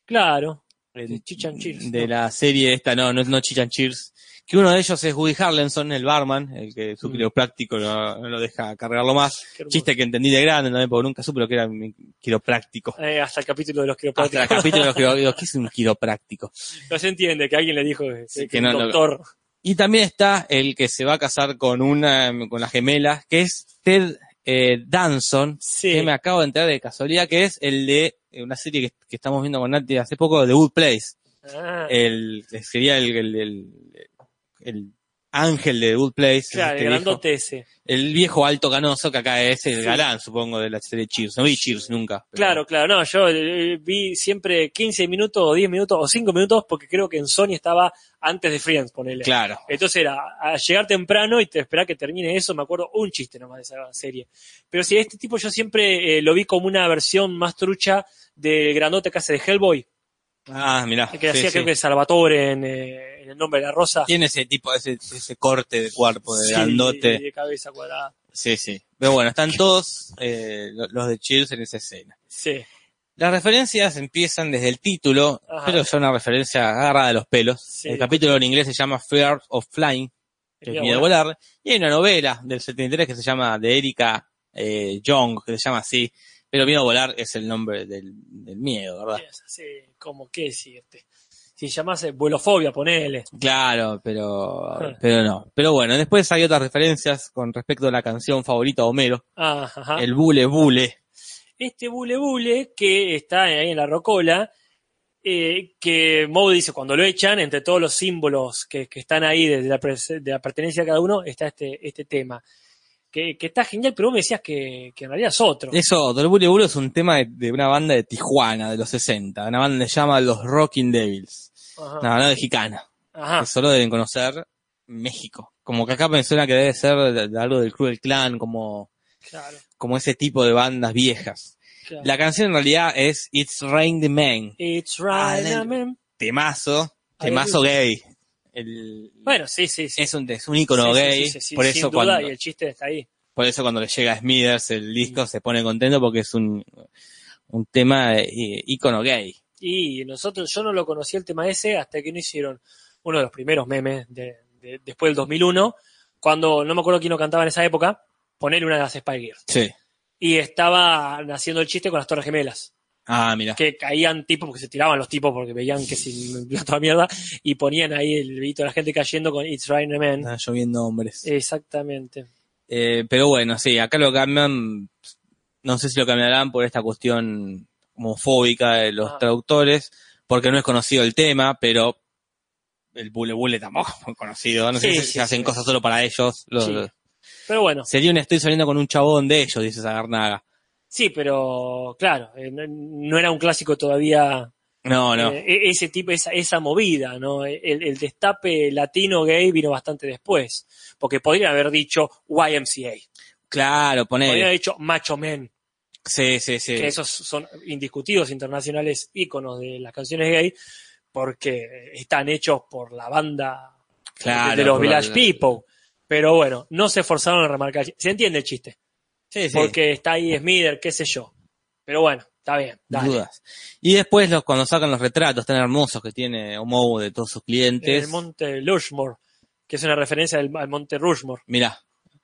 Speaker 1: Claro.
Speaker 2: el-
Speaker 1: De Chich and Cheers,
Speaker 2: De
Speaker 1: ¿no?
Speaker 2: la serie esta, no, no, es- no Chich and Cheers. Que uno de ellos es Woody Harlenson, el barman, el que su
Speaker 1: Mm.
Speaker 2: quiropráctico no, no lo deja cargarlo más.
Speaker 1: Qué hermoso.
Speaker 2: Chiste que entendí de grande también, porque nunca supe lo que era mi quiropráctico.
Speaker 1: Eh, hasta el capítulo de los
Speaker 2: Hasta el
Speaker 1: quiroprácticos.
Speaker 2: capítulo de los quiroprácticos. ¿Qué es un quiropráctico?
Speaker 1: no se entiende que alguien le dijo eh,
Speaker 2: Sí,
Speaker 1: que,
Speaker 2: que
Speaker 1: un
Speaker 2: no lo-
Speaker 1: doctor.
Speaker 2: Y también está el que se va a casar con una, con las gemelas, que es Ted eh, Danson,
Speaker 1: Sí.
Speaker 2: que me acabo de enterar de casualidad, que es el de eh, una serie que, que estamos viendo con Nati hace poco, The Good Place.
Speaker 1: Ah,
Speaker 2: eh, El, sería el, el, el- el ángel de The Good Place.
Speaker 1: claro,
Speaker 2: este
Speaker 1: el
Speaker 2: viejo-
Speaker 1: grandote ese.
Speaker 2: el viejo alto canoso, que acá es el
Speaker 1: Sí.
Speaker 2: galán, supongo, de la serie Cheers. No vi Cheers nunca. pero-
Speaker 1: Claro, claro. No, yo eh, vi siempre 15 minutos o 10 minutos o 5 minutos porque creo que en Sony estaba antes de Friends, ponele.
Speaker 2: Claro.
Speaker 1: Entonces era a llegar temprano y te esperar que termine eso. Me acuerdo un chiste nomás de esa serie. Pero sí, este tipo yo siempre eh, lo vi como una versión más trucha del grandote que hace de Hellboy,
Speaker 2: Ah, mirá.
Speaker 1: que
Speaker 2: sí,
Speaker 1: hacía
Speaker 2: sí.
Speaker 1: creo que Salvatore en, eh, en El Nombre de la Rosa.
Speaker 2: Tiene ese tipo, ese, ese corte de cuerpo, de
Speaker 1: Sí,
Speaker 2: grandote.
Speaker 1: de cabeza cuadrada.
Speaker 2: Sí, sí. Pero bueno, están todos eh, lo- los de Cheers en esa escena.
Speaker 1: Sí.
Speaker 2: Las referencias empiezan desde el título,
Speaker 1: Ajá.
Speaker 2: pero son una referencia agarrada de los pelos.
Speaker 1: Sí.
Speaker 2: El capítulo en inglés se llama Fear of Flying, que es
Speaker 1: Mira,
Speaker 2: miedo a
Speaker 1: bueno.
Speaker 2: volar. Y hay una novela del 73 que se llama, de Erika eh, Young, que se llama así. Pero miedo a volar es el nombre del, del miedo, ¿verdad?
Speaker 1: Es así, como qué decirte. Si llamase vuelofobia, ponele.
Speaker 2: Claro, pero,
Speaker 1: Ajá.
Speaker 2: pero no. Pero bueno, después hay otras referencias con respecto a la canción favorita de Homero,
Speaker 1: Ah, ajá.
Speaker 2: el Bule Bule.
Speaker 1: Este bule bule que está ahí en la rocola, eh, que Moe dice cuando lo echan, entre todos los símbolos que, que están ahí desde la, pres- de la pertenencia de cada uno, está este, este tema. Que, que está genial, pero vos me decías que, que en realidad es otro.
Speaker 2: Eso, Del Bule Bule es un tema de, de una banda de Tijuana, de los 60. Una banda que se llama Los Rocking Devils.
Speaker 1: Ajá.
Speaker 2: Una banda mexicana.
Speaker 1: Ajá.
Speaker 2: Que solo deben conocer México. Como que acá me suena que debe ser de- de algo del Club del Clan, como,
Speaker 1: Claro,
Speaker 2: como ese tipo de bandas viejas.
Speaker 1: claro.
Speaker 2: La canción en realidad es It's Rain the Man.
Speaker 1: It's right,
Speaker 2: Ah,
Speaker 1: amen.
Speaker 2: Temazo, temazo gay. El-
Speaker 1: Bueno, sí, sí, sí.
Speaker 2: es un, es un ícono
Speaker 1: Sí, sí,
Speaker 2: gay.
Speaker 1: sí, sí, sí,
Speaker 2: por,
Speaker 1: sin
Speaker 2: eso
Speaker 1: duda,
Speaker 2: cuando,
Speaker 1: y el chiste está ahí.
Speaker 2: por eso cuando le llega a Smithers el disco se pone contento porque es un, un tema eh, ícono gay.
Speaker 1: Y nosotros, yo no lo conocí el tema ese hasta que no hicieron uno de los primeros memes de, de- después del 2001, cuando no me acuerdo quién lo cantaba en esa época, ponerle una de las Spy Girls.
Speaker 2: Sí.
Speaker 1: Y estaba haciendo el chiste con las Torres Gemelas,
Speaker 2: Ah, mira.
Speaker 1: que caían tipos, porque se tiraban los tipos porque veían que se toda mierda, y ponían ahí el vidito de la gente cayendo con It's Raining Man.
Speaker 2: Están lloviendo
Speaker 1: Eh,
Speaker 2: hombres.
Speaker 1: Exactamente.
Speaker 2: Eh, pero bueno, sí, acá lo cambian. No sé si lo cambiarán por esta cuestión homofóbica de los
Speaker 1: Ah.
Speaker 2: traductores, porque no es conocido el tema, pero el bule bule tampoco es muy conocido. No sé
Speaker 1: Sí,
Speaker 2: si
Speaker 1: sí,
Speaker 2: hacen
Speaker 1: sí.
Speaker 2: cosas solo para ellos. Los-
Speaker 1: Sí. Pero bueno,
Speaker 2: Sería un estoy saliendo con un chabón de ellos, dice Sagarnaga.
Speaker 1: sí, pero claro, eh, no- no era un clásico todavía
Speaker 2: No, no.
Speaker 1: Eh, e- ese tipo, esa, esa movida, ¿no? El, el destape latino gay vino bastante después. Porque podrían haber dicho YMCA.
Speaker 2: Claro,
Speaker 1: Podrían haber
Speaker 2: poner.
Speaker 1: dicho Macho Men.
Speaker 2: Sí, sí, sí.
Speaker 1: Que esos son indiscutidos internacionales íconos de las canciones gay. Porque están hechos por la banda
Speaker 2: Claro,
Speaker 1: de, de los
Speaker 2: por
Speaker 1: Village
Speaker 2: la-
Speaker 1: People. Pero bueno, no se esforzaron en remarcar. Se entiende el chiste.
Speaker 2: Sí, sí.
Speaker 1: Porque está ahí Smither, qué sé yo. Pero bueno, Está bien, dale.
Speaker 2: dudas. Y después los, cuando sacan los retratos tan hermosos que tiene Omobo de todos sus
Speaker 1: El
Speaker 2: clientes.
Speaker 1: monte Lushmore, que es una referencia al, al monte Rushmore.
Speaker 2: Mirá,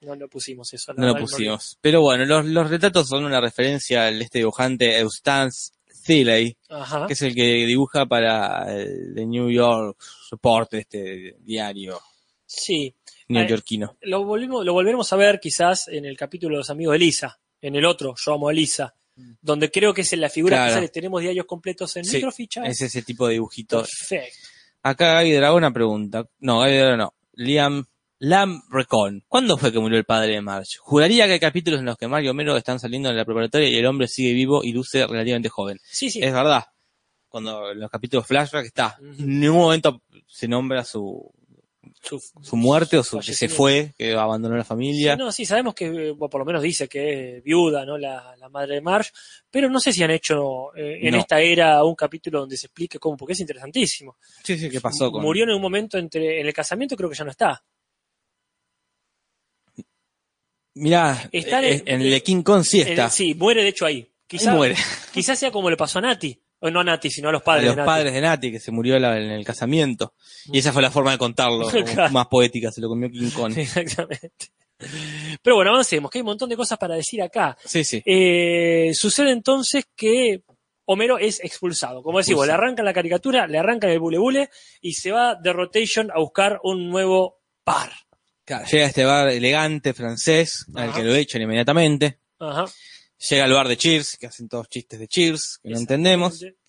Speaker 1: No lo pusimos eso. la
Speaker 2: no lo
Speaker 1: verdad que
Speaker 2: pusimos. Pero bueno, los, los retratos son una referencia al este dibujante Eustace Thiley,
Speaker 1: Ajá.
Speaker 2: que es el que dibuja para el The New York Report, este diario
Speaker 1: Sí,
Speaker 2: neoyorquino.
Speaker 1: lo, volvimos, lo volveremos a ver quizás en el capítulo de los amigos de Lisa, en el otro, Yo amo a Lisa, donde creo que es en la figura
Speaker 2: Mm. Claro.
Speaker 1: que sale, tenemos diarios completos en
Speaker 2: Sí,
Speaker 1: microficha.
Speaker 2: Es ese tipo de dibujito.
Speaker 1: Perfecto.
Speaker 2: Acá Gaby Dragón una pregunta. No, Gaby Dragón no. Liam Lam Recon. ¿Cuándo fue que murió el padre de Marge? Juraría que hay capítulos en los que Mario y Homero están saliendo de la preparatoria y el hombre sigue vivo y luce relativamente joven.
Speaker 1: Sí, sí.
Speaker 2: Es verdad. Cuando en los capítulos flashback está,
Speaker 1: Ujú.
Speaker 2: en ningún momento se nombra su,
Speaker 1: Su-
Speaker 2: su muerte o su que se
Speaker 1: Fallecimiento.
Speaker 2: fue, que abandonó la
Speaker 1: Sí,
Speaker 2: familia.
Speaker 1: no, sí, sabemos que, eh, bueno, por lo menos dice que es viuda, ¿no? La, la madre de Marge, pero no sé si han hecho eh, en
Speaker 2: No.
Speaker 1: esta era un capítulo donde se explique cómo, porque es interesantísimo.
Speaker 2: Sí, sí, ¿qué pasó con
Speaker 1: Murió en un momento entre, en el casamiento creo que ya no está.
Speaker 2: Mirá,
Speaker 1: Está en-
Speaker 2: eh, en el de King Kong sí está.
Speaker 1: Eh, sí, muere de hecho ahí.
Speaker 2: Ahí
Speaker 1: Quizás
Speaker 2: muere.
Speaker 1: quizá sea como le pasó a Nati, o no a Nati, sino a los padres
Speaker 2: a los
Speaker 1: de Nati. Mm.
Speaker 2: padres de Nati, que se murió la- en el casamiento. Y esa fue la forma de contarlo, como
Speaker 1: Claro.
Speaker 2: más poética, se lo comió King Kong.
Speaker 1: Sí, exactamente. Pero bueno, avancemos, que hay un montón de cosas para decir acá.
Speaker 2: Sí, sí.
Speaker 1: Eh, sucede entonces que Homero es expulsado. Como decimos, le
Speaker 2: Expulsado.
Speaker 1: arrancan la caricatura, le arrancan el bule bule y se va de rotation a buscar un nuevo par.
Speaker 2: Claro, llega a este bar elegante francés, al
Speaker 1: Ajá.
Speaker 2: que lo echan inmediatamente.
Speaker 1: Ajá.
Speaker 2: Llega al bar de Cheers, que hacen todos chistes de Cheers, que no entendemos.
Speaker 1: Exactamente.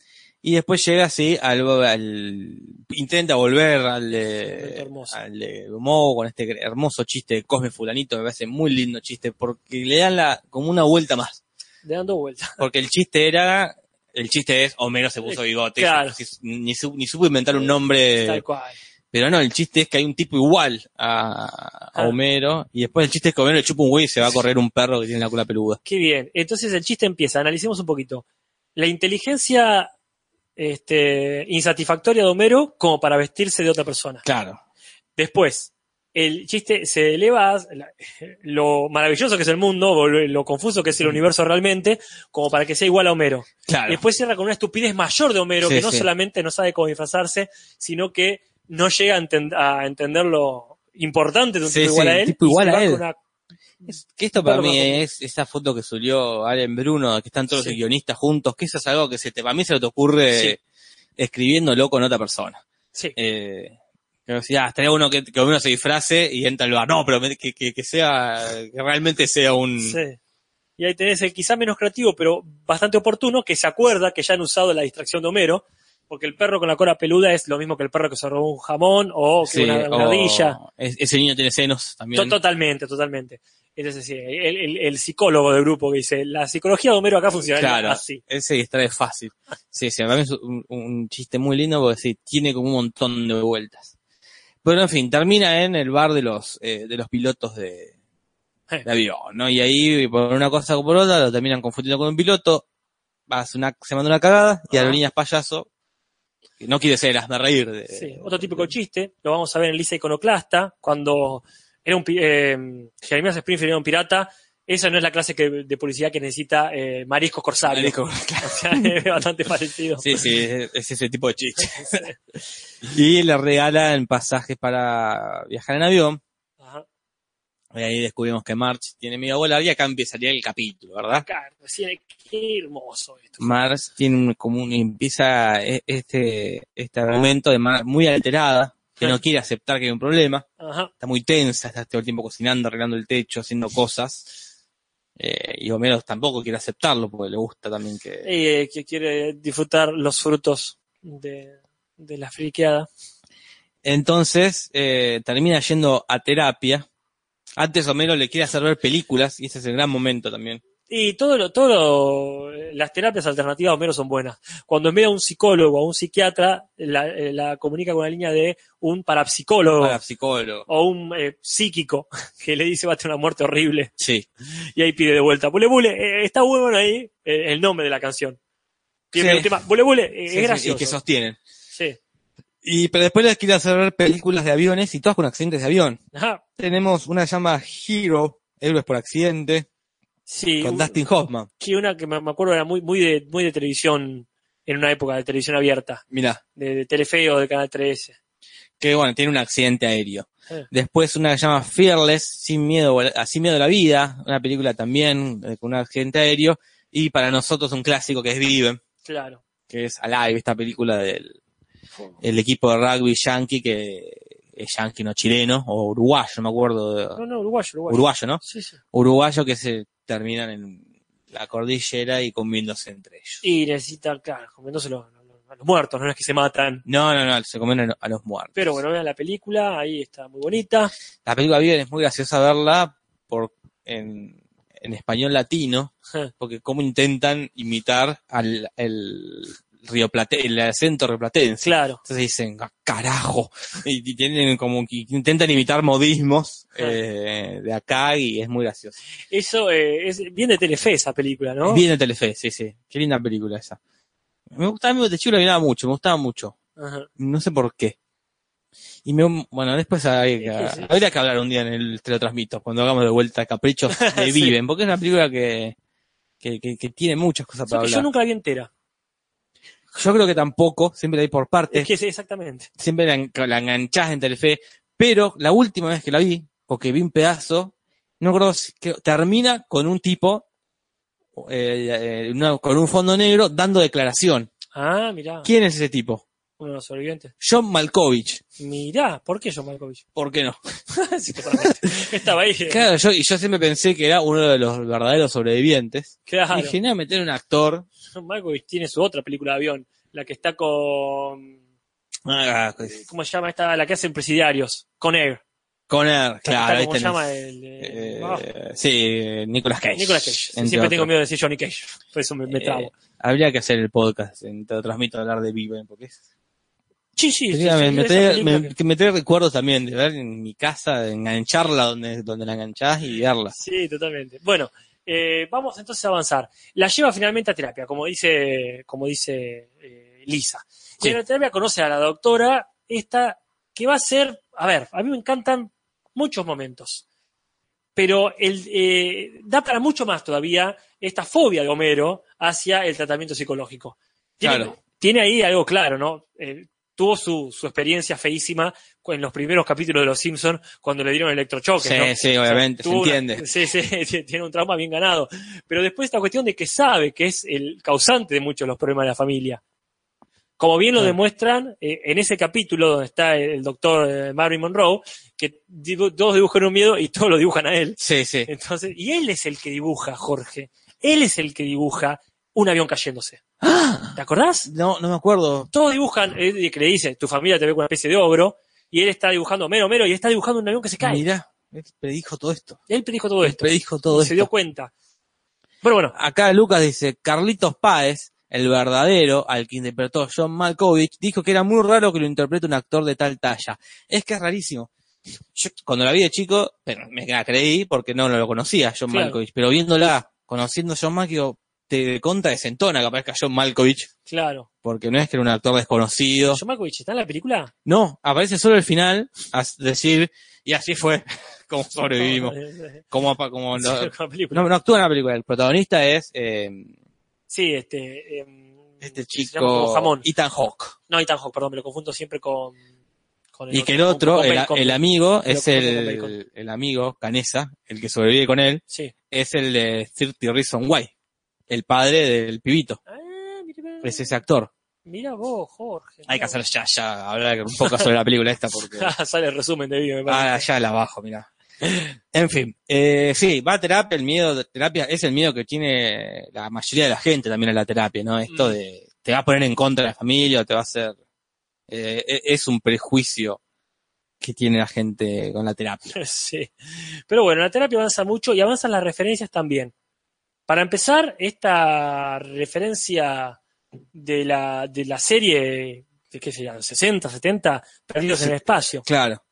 Speaker 2: Y después llega así al, al- intenta volver al de,
Speaker 1: Momento hermoso.
Speaker 2: al de Moe con este hermoso chiste de Cosme Fulanito, me parece muy lindo chiste, porque le dan la, como una vuelta más.
Speaker 1: Le dando vuelta.
Speaker 2: Porque el chiste era. El chiste es Homero se puso bigote. y se-
Speaker 1: Claro.
Speaker 2: se- Ni, su- ni supo inventar un nombre.
Speaker 1: Tal cual.
Speaker 2: Pero no, el chiste es que hay un tipo igual a, a
Speaker 1: Ah.
Speaker 2: Homero. Y después el chiste es que Homero le chupa un güey y se va a correr un perro que tiene la cola peluda.
Speaker 1: Qué bien. Entonces el chiste empieza. Analicemos un poquito. La inteligencia este, insatisfactoria de Homero como para vestirse de otra persona.
Speaker 2: Claro.
Speaker 1: Después, el chiste se eleva a la- lo maravilloso que es el mundo, o lo lo confuso que es el universo realmente, como para que sea igual a Homero.
Speaker 2: Mm. Claro.
Speaker 1: Después cierra con una estupidez mayor de Homero,
Speaker 2: Sí,
Speaker 1: que no
Speaker 2: sí.
Speaker 1: solamente no sabe cómo disfrazarse, sino que no llega a, enten- a entender lo importante de un
Speaker 2: Sí,
Speaker 1: tipo
Speaker 2: sí,
Speaker 1: igual a
Speaker 2: un
Speaker 1: él.
Speaker 2: tipo
Speaker 1: y se
Speaker 2: igual a
Speaker 1: va con
Speaker 2: él.
Speaker 1: una-
Speaker 2: Es- que esto para
Speaker 1: Claro,
Speaker 2: mí
Speaker 1: claro.
Speaker 2: es esa foto que subió Allen Bruno, que están todos
Speaker 1: Sí.
Speaker 2: los guionistas juntos, que eso es algo que se te, para mí se te ocurre
Speaker 1: Sí.
Speaker 2: escribiéndolo con otra persona.
Speaker 1: Sí,
Speaker 2: eh, que decía, ah, estaría bueno que, que Homero se disfrace y entra al bar. No, pero me- que, que, que sea, que realmente sea un...
Speaker 1: sí. Y ahí tenés el quizá menos creativo, pero bastante oportuno, que se acuerda que ya han usado la distracción de Homero, porque el perro con la cola peluda es lo mismo que el perro que se robó un jamón o que
Speaker 2: Sí,
Speaker 1: una, una
Speaker 2: o-
Speaker 1: ardilla.
Speaker 2: es- ese niño tiene senos también.
Speaker 1: To- Totalmente, totalmente. Entonces, sí, el, el- el psicólogo del grupo que dice, la psicología de Homero acá funciona
Speaker 2: Claro.
Speaker 1: así.
Speaker 2: Ese distrae fácil. Sí, sí, para mí es un, un chiste muy lindo porque sí, tiene como un montón de vueltas. Pero en fin, termina en el bar de los, eh, de los pilotos de,
Speaker 1: Eh.
Speaker 2: de avión, ¿no? Y ahí, por una cosa o por otra, lo terminan confundiendo con un piloto, hace una, se manda una cagada y
Speaker 1: Ajá.
Speaker 2: Aerolíneas Payaso, que no quiere ser, hazme reír. de-
Speaker 1: Sí. Otro típico chiste, lo vamos a ver en Lisa Iconoclasta, cuando era un pi- eh, Jeremías Springfield era un pirata, esa no es la clase que- de policía que necesita eh, Marisco Corsario.
Speaker 2: Marisco,
Speaker 1: O sea, es bastante parecido.
Speaker 2: Sí, sí, es es ese tipo de chiste. y le regalan pasajes para viajar en avión.
Speaker 1: Ajá.
Speaker 2: Y ahí descubrimos que March tiene miedo a volar y acá empezaría el capítulo, ¿verdad?
Speaker 1: Claro, sí, eh, qué hermoso esto.
Speaker 2: March tiene un- como un, empieza e- este, este argumento de Marge muy alterada, que no quiere aceptar que hay un problema.
Speaker 1: Ajá.
Speaker 2: Está muy tensa, está todo el tiempo cocinando, arreglando el techo, haciendo cosas. Eh, y Homero tampoco quiere aceptarlo porque le gusta también que...
Speaker 1: Eh, que quiere disfrutar los frutos de, de la friqueada.
Speaker 2: Entonces eh, termina yendo a terapia. Antes Homero le quiere hacer ver películas y ese es el gran momento también.
Speaker 1: Y todo lo, todo lo- las terapias alternativas de Homero son buenas. Cuando envía a un psicólogo o a un psiquiatra, la, eh, la comunica con la línea de un parapsicólogo
Speaker 2: Para psicólogo.
Speaker 1: o un eh, psíquico que le dice va a tener una muerte horrible
Speaker 2: Sí.
Speaker 1: y ahí pide de vuelta. Bule Bule, eh, está bueno ahí eh, el nombre de la canción. Tiene
Speaker 2: Sí.
Speaker 1: el tema, Bule Bule, eh,
Speaker 2: Sí, sí,
Speaker 1: es
Speaker 2: Y
Speaker 1: gracioso.
Speaker 2: que sostienen.
Speaker 1: Sí.
Speaker 2: Y pero después les quiere hacer ver películas de aviones y todas con accidentes de avión.
Speaker 1: Ajá.
Speaker 2: Tenemos una que se llama Hero, Héroes por accidente.
Speaker 1: Sí,
Speaker 2: con
Speaker 1: un-
Speaker 2: Dustin Hoffman.
Speaker 1: que una que me me acuerdo era muy, muy, de, muy de televisión, en una época de televisión abierta,
Speaker 2: Mirá,
Speaker 1: de, de Telefeo, de Canal 13.
Speaker 2: que bueno, tiene un accidente aéreo.
Speaker 1: Eh.
Speaker 2: Después una que se llama Fearless, Sin Miedo, a la- Sin Miedo a la Vida, una película también eh, con un accidente aéreo. Y para nosotros un clásico que es Viven,
Speaker 1: Claro.
Speaker 2: que es Alive, esta película del el equipo de rugby yankee que es yankee no chileno o uruguayo, no me acuerdo. de-
Speaker 1: No, no, uruguayo, uruguayo.
Speaker 2: uruguayo, ¿no?
Speaker 1: Sí, sí.
Speaker 2: Uruguayo que se terminan en la cordillera y comiéndose entre ellos.
Speaker 1: Y necesita, claro, comiéndose los, los- a los muertos, no es que se matan.
Speaker 2: No, no, no, se comen a los muertos.
Speaker 1: Pero bueno, vean la película, ahí está muy bonita.
Speaker 2: La película Viven es muy graciosa verla por en, en español latino, porque cómo intentan imitar al el río Plate, el acento rioplatense.
Speaker 1: Claro.
Speaker 2: Entonces dicen, "Ah, carajo. Y, y tienen como que intentan imitar modismos
Speaker 1: Ah.
Speaker 2: eh, de acá y es muy gracioso.
Speaker 1: Eso eh, es bien de Telefe esa película, ¿no?
Speaker 2: Bien de Telefe, sí, sí. Qué linda película esa. Me gustaba, me- de chico la miraba mucho, me gustaba mucho.
Speaker 1: Ajá.
Speaker 2: No sé por qué. Y me, bueno, después hay que-
Speaker 1: Sí, sí.
Speaker 2: habría que hablar un día en el Te lo transmito, cuando hagamos de vuelta Caprichos de
Speaker 1: Sí.
Speaker 2: Viven, porque es una película que, que, que- que tiene muchas cosas
Speaker 1: Solo
Speaker 2: para
Speaker 1: que
Speaker 2: hablar.
Speaker 1: yo nunca la vi entera.
Speaker 2: Yo creo que tampoco, siempre la vi por partes,
Speaker 1: Es que es exactamente.
Speaker 2: siempre la, en- la enganchás en Telefe, pero la última vez que la vi, o que vi un pedazo, no recuerdo si- que termina con un tipo, eh, eh, una- con un fondo negro, dando declaración.
Speaker 1: Ah, mirá.
Speaker 2: ¿Quién es ese tipo?
Speaker 1: Uno de los sobrevivientes.
Speaker 2: John Malkovich.
Speaker 1: Mirá, ¿por qué John Malkovich?
Speaker 2: ¿Por qué no?
Speaker 1: Sí, totalmente. Estaba ahí. eh,
Speaker 2: Claro, yo, y yo siempre pensé que era uno de los verdaderos sobrevivientes.
Speaker 1: Claro.
Speaker 2: Y dije, no, meter un actor.
Speaker 1: John Malkovich tiene su otra película de avión, la que está con.
Speaker 2: Ah, pues,
Speaker 1: ¿Cómo se llama esta? La que hacen presidiarios. Con Air.
Speaker 2: Con él, claro. ahí
Speaker 1: ¿Cómo se
Speaker 2: tenés.
Speaker 1: llama el.? eh,
Speaker 2: Eh,
Speaker 1: ah,
Speaker 2: sí, Nicolas Cage.
Speaker 1: Nicolas Cage. Sí,
Speaker 2: entre
Speaker 1: siempre tengo
Speaker 2: otros.
Speaker 1: miedo de decir Johnny Cage. Por eso me, me
Speaker 2: Eh,
Speaker 1: trabo.
Speaker 2: habría que hacer el podcast, en- te lo transmito hablar de Viven, porque es...
Speaker 1: Sí, sí, sí,
Speaker 2: Sí,
Speaker 1: sí,
Speaker 2: me,
Speaker 1: esa
Speaker 2: me trae,
Speaker 1: película
Speaker 2: me-
Speaker 1: que-
Speaker 2: que me trae recuerdos también de ver en mi casa, de engancharla donde, donde la enganchás y verla.
Speaker 1: Sí, totalmente. Bueno, eh, vamos entonces a avanzar. La lleva finalmente a terapia, como dice, como dice eh, Lisa.
Speaker 2: Sí.
Speaker 1: En la terapia conoce a la doctora, esta, que va a ser, a ver, a mí me encantan muchos momentos, pero el, eh, da para mucho más todavía esta fobia de Homero hacia el tratamiento psicológico. Tiene,
Speaker 2: Claro.
Speaker 1: tiene ahí algo claro, ¿no? Eh, tuvo su, su experiencia feísima en los primeros capítulos de Los Simpsons cuando le dieron electrochoques,
Speaker 2: Sí,
Speaker 1: ¿no?
Speaker 2: sí, obviamente,
Speaker 1: O sea,
Speaker 2: se
Speaker 1: tuvo una-
Speaker 2: entiende.
Speaker 1: sí, sí, tiene un trauma bien ganado. Pero después esta cuestión de que sabe que es el causante de muchos de los problemas de la familia. Como bien lo
Speaker 2: Claro.
Speaker 1: demuestran eh, en ese capítulo donde está el, el doctor eh, Marvin Monroe, que dibu- todos dibujan un miedo y todos lo dibujan a él.
Speaker 2: Sí, sí.
Speaker 1: Entonces, y él es el que dibuja, Jorge. Él es el que dibuja un avión cayéndose.
Speaker 2: ¡Ah!
Speaker 1: ¿Te acordás?
Speaker 2: No, no me acuerdo.
Speaker 1: Todos dibujan, eh, que le dice, tu familia te ve con una especie de ogro, y él está dibujando mero, mero, y está dibujando un avión que se cae.
Speaker 2: Mirá, él predijo todo esto.
Speaker 1: Él predijo todo esto.
Speaker 2: Predijo todo
Speaker 1: y se
Speaker 2: esto.
Speaker 1: dio cuenta. Pero bueno,
Speaker 2: Acá Lucas dice, Carlitos Páez, el verdadero al que interpretó John Malkovich, dijo que era muy raro que lo interprete un actor de tal talla. Es que es rarísimo. Yo cuando la vi de chico, pero me la creí porque no lo conocía John
Speaker 1: Claro.
Speaker 2: Malkovich, pero viéndola, conociendo a John Malkovich, te conta de sentona que aparezca John Malkovich,
Speaker 1: claro.
Speaker 2: porque no es que era un actor desconocido.
Speaker 1: John Malkovich está en la película.
Speaker 2: No, aparece solo al final a decir, y así fue como sobrevivimos. Como, pa- como
Speaker 1: Sí,
Speaker 2: lo-
Speaker 1: con la película.
Speaker 2: no, no actúa en la película, el protagonista es... eh,
Speaker 1: Sí, este. em,
Speaker 2: este
Speaker 1: Se llama como
Speaker 2: chico
Speaker 1: jamón.
Speaker 2: Ethan Hawke.
Speaker 1: No, Ethan Hawke, perdón, me lo confundo siempre con. con
Speaker 2: Y que el otro,
Speaker 1: con- con
Speaker 2: el,
Speaker 1: Bacon.
Speaker 2: el amigo, es
Speaker 1: con- con
Speaker 2: el,
Speaker 1: Bacon.
Speaker 2: el amigo Canesa, el que sobrevive con él,
Speaker 1: Sí.
Speaker 2: es el de 30 Reason Why, el padre del pibito,
Speaker 1: Ah, mira,
Speaker 2: es ese actor.
Speaker 1: mira vos, Jorge.
Speaker 2: Hay
Speaker 1: mirá
Speaker 2: que hacer ya, ya, hablar un poco sobre la película esta porque
Speaker 1: vos. Ah, Sale el resumen de video, me
Speaker 2: ahora
Speaker 1: parece.
Speaker 2: Ah, ya la bajo, mira. En fin, eh, sí, va a terapia, el miedo, de terapia es el miedo que tiene la mayoría de la gente también a la terapia, ¿no? Esto
Speaker 1: Mm.
Speaker 2: de, te va a poner en contra de la familia, o te va a hacer, eh, e- es un prejuicio que tiene la gente con la terapia.
Speaker 1: Sí. Pero bueno, la terapia avanza mucho y avanzan las referencias también. Para empezar, esta referencia de la, de la serie, de qué serían, 60, 70, Perdidos en el Espacio.
Speaker 2: Claro.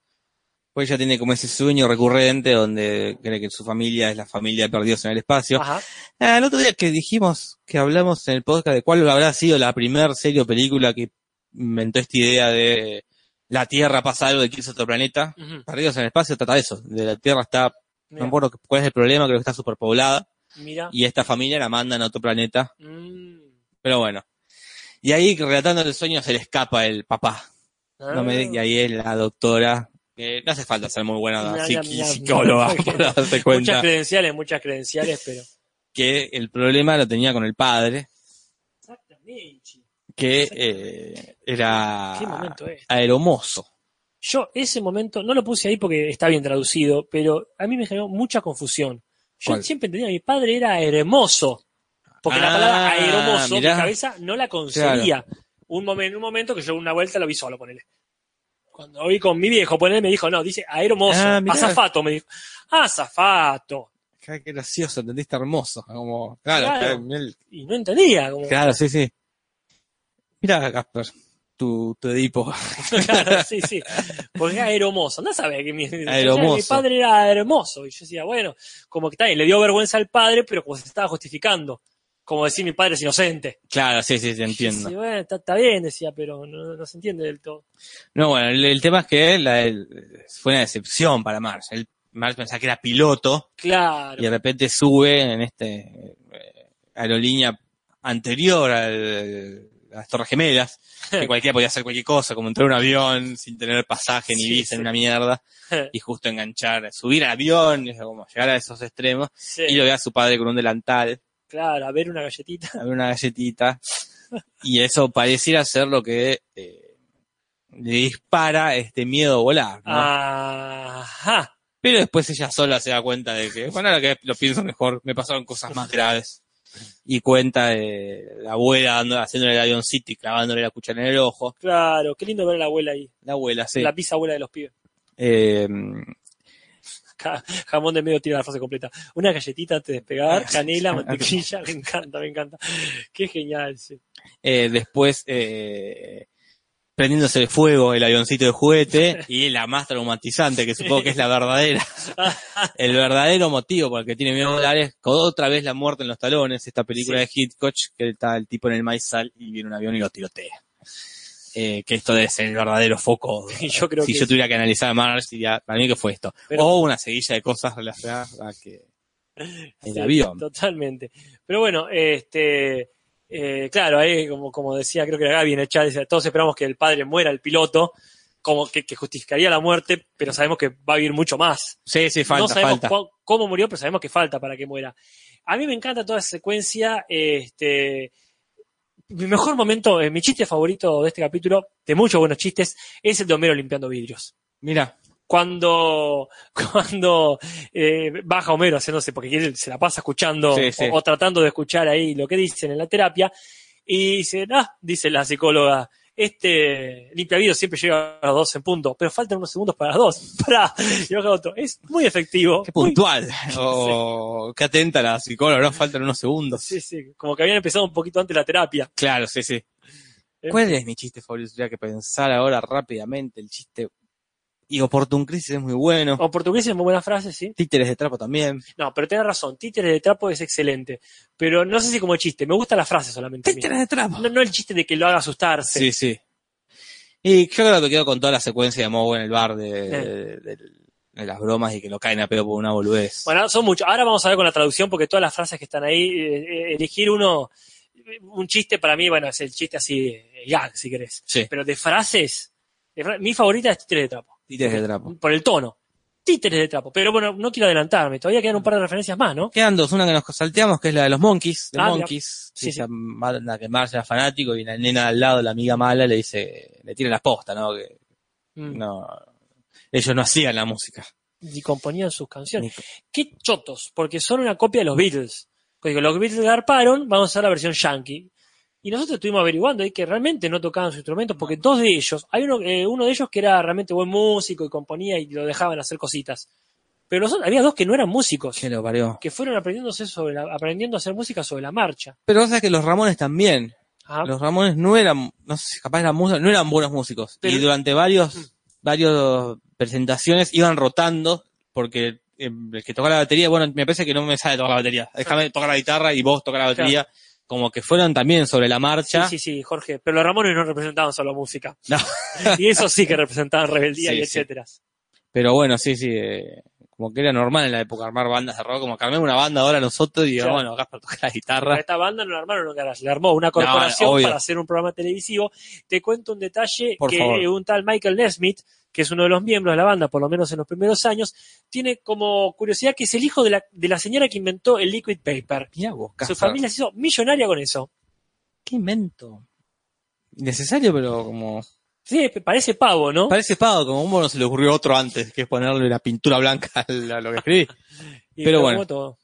Speaker 2: Pues ella tiene como ese sueño recurrente donde cree que su familia es la familia de perdidos en el espacio.
Speaker 1: Ajá.
Speaker 2: Ah, el otro día que dijimos, que hablamos en el podcast de cuál habrá sido la primer serie o película que inventó esta idea de la Tierra pasa algo de que es otro planeta.
Speaker 1: Ujú.
Speaker 2: Perdidos en el espacio trata de eso, de la Tierra está, no me acuerdo cuál es el problema, creo que está superpoblada.
Speaker 1: Mira.
Speaker 2: y esta familia la mandan a otro planeta,
Speaker 1: Mm.
Speaker 2: pero bueno. Y ahí, relatando el sueño, se le escapa el papá. No me- y
Speaker 1: Ah.
Speaker 2: ahí es la doctora, que no hace falta ser muy buena
Speaker 1: No,
Speaker 2: psiqui-
Speaker 1: no, no, no.
Speaker 2: psicóloga para darse
Speaker 1: Muchas
Speaker 2: cuenta
Speaker 1: credenciales, muchas credenciales, pero.
Speaker 2: que el problema lo tenía con el padre,
Speaker 1: Exactamente.
Speaker 2: que eh, era
Speaker 1: Qué momento es.
Speaker 2: aeromozo.
Speaker 1: Yo ese momento, no lo puse ahí porque está bien traducido, pero a mí me generó mucha confusión. Yo
Speaker 2: ¿Cuál?
Speaker 1: siempre entendía que mi padre era aeromoso, porque la
Speaker 2: Ah,
Speaker 1: palabra aeromoso
Speaker 2: mirá.
Speaker 1: mi cabeza no la concebía. Un momento, un momento que yo una vuelta lo vi solo, ponele. Cuando vi con mi viejo, ponele, me dijo, no, dice aeromoso,
Speaker 2: Ah, mirá.
Speaker 1: azafato, me dijo. Azafato.
Speaker 2: Qué gracioso, entendiste hermoso. Como, claro,
Speaker 1: Claro.
Speaker 2: claro, mirá el-
Speaker 1: Y no entendía. como-
Speaker 2: claro, sí, sí. Mira, Casper, tu, tu Edipo.
Speaker 1: Claro, sí, sí. Porque era hermoso. No sabía que mi, yo sabía que
Speaker 2: Aeromoso.
Speaker 1: mi padre era hermoso. Y yo decía, bueno, como que también le dio vergüenza al padre, pero como se estaba justificando. Como decir, mi padre es inocente.
Speaker 2: Claro, sí, sí,
Speaker 1: Y
Speaker 2: te
Speaker 1: yo
Speaker 2: entiendo.
Speaker 1: decía, bueno, está, está bien, decía, pero no, no se entiende del todo.
Speaker 2: No, bueno, el, el tema es que la- el- fue una decepción para Mars. El, Mars pensaba que era piloto
Speaker 1: Claro.
Speaker 2: y de repente sube en este eh, aerolínea anterior al- a las Torres Gemelas, que cualquiera podía hacer cualquier cosa, como entrar a un avión sin tener pasaje ni
Speaker 1: Sí,
Speaker 2: visa
Speaker 1: sí.
Speaker 2: ni una mierda, y justo enganchar, subir al avión, es como llegar a esos extremos,
Speaker 1: Sí,
Speaker 2: y lo ve a su padre con un delantal,
Speaker 1: Claro, a ver una galletita.
Speaker 2: a ver una galletita, y eso pareciera ser lo que eh, le dispara este miedo a volar.
Speaker 1: Ah,
Speaker 2: ¿no? Ah.
Speaker 1: Ajá.
Speaker 2: Pero después ella sola se da cuenta de que, bueno, ahora que lo pienso mejor, me pasaron cosas más graves. Y cuenta de la abuela dando- haciéndole el avioncito y clavándole la cuchara en el ojo.
Speaker 1: Claro, qué lindo ver a la abuela ahí.
Speaker 2: La abuela, sí.
Speaker 1: La bisabuela de los pibes.
Speaker 2: Eh,
Speaker 1: Ja- Jamón de medio tiene la frase completa. Una galletita antes de despegar, canela, mantequilla. Me encanta, me encanta. Qué genial, sí.
Speaker 2: eh, después, eh, prendiéndose de fuego el avioncito de juguete y la más traumatizante, que supongo que es la verdadera. El verdadero motivo por el que tiene miedo a volar es con otra vez la muerte en los talones, esta película de Hitchcock, que está el tipo en el maizal y viene un avión y lo tirotea. Eh, que esto debe ser el verdadero foco.
Speaker 1: Y yo creo
Speaker 2: si
Speaker 1: que
Speaker 2: yo
Speaker 1: sí.
Speaker 2: tuviera que analizar a Mars, diría, para mí que fue esto.
Speaker 1: Pero-
Speaker 2: o una seguilla de cosas relacionadas a que el
Speaker 1: Sí,
Speaker 2: avión.
Speaker 1: Totalmente. Pero bueno, este, eh, claro, ahí como, como decía, creo que era Gaby en el chat, decía, todos esperamos que el padre muera, el piloto, como que, que justificaría la muerte, pero sabemos que va a vivir mucho más.
Speaker 2: Sí, sí,
Speaker 1: no
Speaker 2: falta,
Speaker 1: sabemos
Speaker 2: falta.
Speaker 1: cu- cómo murió, pero sabemos que falta para que muera. A mí me encanta toda esa secuencia. Este, mi mejor momento, eh, mi chiste favorito de este capítulo, de muchos buenos chistes, es el de Homero limpiando vidrios
Speaker 2: Mira,
Speaker 1: cuando, cuando eh, baja Homero haciéndose, porque él se la pasa escuchando
Speaker 2: Sí, sí.
Speaker 1: O, o tratando de escuchar ahí lo que dicen en la terapia, y dice, ah, dice la psicóloga, este limpiavidrio siempre llega a las dos en punto, pero faltan unos segundos para las dos. Pará. Y baja otro. Es muy efectivo.
Speaker 2: qué
Speaker 1: muy-
Speaker 2: puntual. O qué atenta la psicóloga, no faltan unos segundos.
Speaker 1: sí, sí, como que habían empezado un poquito antes la terapia.
Speaker 2: Claro, sí, sí.
Speaker 1: Eh.
Speaker 2: ¿Cuál es mi chiste favorito? Tendría que pensar ahora rápidamente el chiste. Y Oportun Crisis es muy bueno.
Speaker 1: O portugués es muy buena frase, sí.
Speaker 2: Títeres de trapo también.
Speaker 1: No, pero tenés razón, títeres de trapo es excelente. Pero no sé si como chiste, me gusta la frase solamente. a mí.
Speaker 2: Títeres de trapo.
Speaker 1: No, no el chiste de que lo haga asustarse.
Speaker 2: Sí, sí. Y yo creo que quedo con toda la secuencia de Moe en el bar de, de- de- de las bromas y que lo caen a pedo por una boludez.
Speaker 1: Eh. Bueno, son muchos. Ahora vamos a ver con la traducción porque todas las frases que están ahí, eh, eh, elegir uno, un chiste para mí, bueno, es el chiste así, eh, gag, si querés.
Speaker 2: sí,
Speaker 1: Pero de frases, de fra- mi favorita es títeres de trapo,
Speaker 2: títeres de trapo.
Speaker 1: por el tono. Títeres de trapo. Pero bueno, no quiero adelantarme, todavía quedan un par de referencias más, ¿no?
Speaker 2: Quedan dos, una que nos salteamos, que es la de los Monkeys, de
Speaker 1: Ah, mira.
Speaker 2: Monkeys,
Speaker 1: Sí,
Speaker 2: sí,
Speaker 1: sí.
Speaker 2: esa banda que Marge era fanático y la nena al lado, la amiga mala, le dice, le tira la posta, ¿no? Que
Speaker 1: Mm.
Speaker 2: no, ellos no hacían la música.
Speaker 1: Y componían sus canciones. Qué chotos, porque son una copia de los Beatles. Porque los Beatles garparon, vamos a hacer la versión yankee. Y nosotros estuvimos averiguando ahí que realmente no tocaban sus instrumentos, porque dos de ellos, hay uno, eh, uno de ellos que era realmente buen músico y componía y lo dejaban hacer cositas. Pero los otros- había dos que no eran músicos,
Speaker 2: Que lo parió.
Speaker 1: que fueron aprendiéndose sobre la- aprendiendo a hacer música sobre la marcha. ¿Ah?
Speaker 2: Pero sabes que los Ramones también.
Speaker 1: Ajá.
Speaker 2: Los Ramones no eran, no sé si capaz eran músicos, no eran buenos músicos.
Speaker 1: Pero- Mm.
Speaker 2: y durante varios, varios presentaciones iban rotando porque eh, el que toca la batería, bueno, me parece que no me sabe tocar la batería.
Speaker 1: Ah.
Speaker 2: Déjame tocar la guitarra y vos tocar la batería. Como que fueron también sobre la marcha.
Speaker 1: Sí, sí, sí, Jorge. Pero los Ramones no representaban solo música.
Speaker 2: No.
Speaker 1: Y eso sí que representaban rebeldía
Speaker 2: Sí,
Speaker 1: y
Speaker 2: sí.
Speaker 1: etcétera.
Speaker 2: Pero bueno, sí, sí. eh, Como que era normal en la época armar bandas de rock, como que armemos una banda ahora nosotros y
Speaker 1: Claro.
Speaker 2: digamos, bueno, Gaspar toca la
Speaker 1: A
Speaker 2: guitarra.
Speaker 1: Esta banda no la armaron en un garage, la armó una corporación
Speaker 2: No, obvio.
Speaker 1: para hacer un programa televisivo. Te cuento un detalle
Speaker 2: Por
Speaker 1: que
Speaker 2: favor.
Speaker 1: un tal Michael Nesmith, que es uno de los miembros de la banda, por lo menos en los primeros años, tiene como curiosidad que es el hijo de la, de la señora que inventó el liquid paper.
Speaker 2: Mirá vos,
Speaker 1: Su
Speaker 2: Gaspar.
Speaker 1: familia se hizo millonaria con eso.
Speaker 2: Qué invento. Innecesario, pero como.
Speaker 1: Sí, p- parece pavo, ¿no?
Speaker 2: Parece pado, como a uno se le ocurrió otro antes, que es ponerle la pintura blanca a la- a lo que escribí.
Speaker 1: Y
Speaker 2: pero
Speaker 1: como
Speaker 2: bueno.
Speaker 1: todo.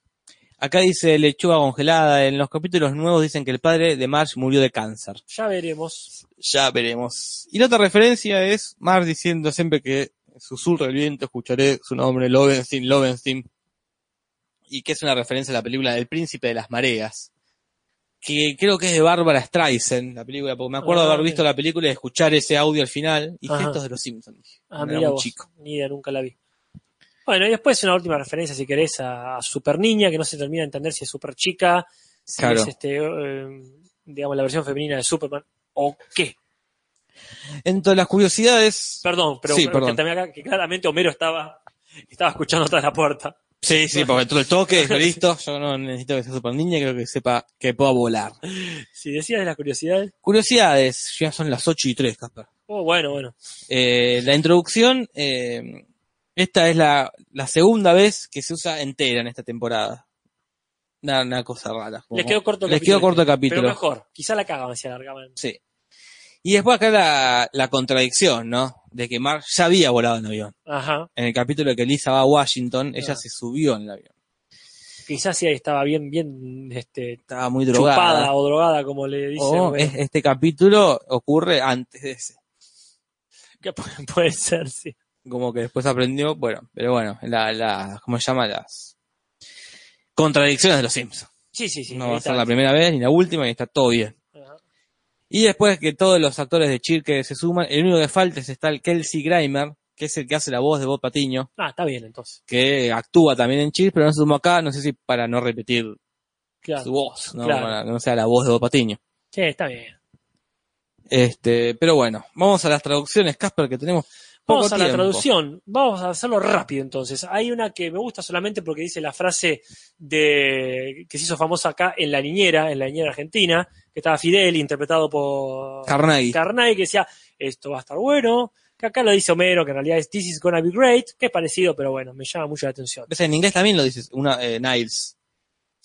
Speaker 2: Acá dice lechuga congelada. En los capítulos nuevos dicen que el padre de Marge murió de cáncer.
Speaker 1: Ya veremos.
Speaker 2: Ya veremos. Y la otra referencia es Marge diciendo siempre que susurro el viento escucharé su nombre, Lovenstein, Lovenstein. Y que es una referencia a la película del príncipe de las mareas. Que creo que es de Bárbara Streisand, la película, porque me acuerdo de
Speaker 1: Ah,
Speaker 2: haber visto la película y escuchar ese audio al final y
Speaker 1: Ajá.
Speaker 2: gestos de los Simpsons.
Speaker 1: Ah,
Speaker 2: Era
Speaker 1: mira
Speaker 2: muy
Speaker 1: vos.
Speaker 2: chico.
Speaker 1: Ni idea, nunca la vi. Bueno, y después una última referencia, si querés, a, a Super Niña, que no se termina de entender si es Super Chica, si
Speaker 2: Claro.
Speaker 1: es este, eh, digamos, la versión femenina de Superman, o qué.
Speaker 2: Entre las curiosidades.
Speaker 1: Perdón, pero
Speaker 2: Sí,
Speaker 1: pero
Speaker 2: perdón.
Speaker 1: que también acá, que claramente Homero estaba, estaba escuchando tras la puerta.
Speaker 2: Sí, sí, porque todo el toque, es listo. Yo no necesito que sea super niña, creo que sepa que pueda volar.
Speaker 1: Si decías de las curiosidades,
Speaker 2: Curiosidades, ya son las 8 y 3, Casper.
Speaker 1: oh, bueno, bueno.
Speaker 2: Eh, la introducción, eh, esta es la, la segunda vez que se usa entera en esta temporada. Una, una cosa rara. como-
Speaker 1: Les quedó corto el
Speaker 2: les
Speaker 1: capítulo.
Speaker 2: quedó corto el
Speaker 1: Pero
Speaker 2: capítulo.
Speaker 1: mejor, quizá la cagaban si alargaban.
Speaker 2: Sí. Y después acá la, la contradicción, ¿no? De que Mark ya había volado en avión.
Speaker 1: Ajá.
Speaker 2: En el capítulo que Lisa va a Washington, ella
Speaker 1: Ah.
Speaker 2: se subió en el avión.
Speaker 1: Quizás sí ahí estaba bien, bien, este,
Speaker 2: Estaba muy drogada.
Speaker 1: chupada o drogada, como le dicen.
Speaker 2: Oh,
Speaker 1: Homero.
Speaker 2: es- este capítulo ocurre antes de ese.
Speaker 1: Que pu- puede ser, sí.
Speaker 2: Como que después aprendió, bueno, pero bueno, la, la, ¿cómo se llama? Las contradicciones de los Simpsons.
Speaker 1: Sí, sí, sí.
Speaker 2: no va a ser la
Speaker 1: inevitable.
Speaker 2: primera vez ni la última y está todo bien.
Speaker 1: Ajá.
Speaker 2: Y después que todos los actores de Cheer que se suman, el único que falta es está el Kelsey Greimer, que es el que hace la voz de Bob Patiño,
Speaker 1: Ah, está bien entonces.
Speaker 2: que actúa también en Cheer, pero no se sumó acá, no sé si para no repetir su
Speaker 1: Claro.
Speaker 2: voz, ¿no?
Speaker 1: Claro.
Speaker 2: Para que no sea la voz de Bob Patiño.
Speaker 1: Sí, está bien.
Speaker 2: Este, pero bueno, vamos a las traducciones, Casper, que tenemos poco
Speaker 1: Vamos a la
Speaker 2: tiempo.
Speaker 1: traducción, vamos a hacerlo rápido entonces. Hay una que me gusta solamente porque dice la frase de que se hizo famosa acá en La Niñera, en La Niñera Argentina, que estaba Fidel interpretado por
Speaker 2: Carnegie.
Speaker 1: Carnay, que decía, esto va a estar bueno, que acá lo dice Homero, que en realidad es This is gonna be great, que es parecido, pero bueno, me llama mucho la atención.
Speaker 2: Ves, en inglés también lo dices, una, eh, Niles.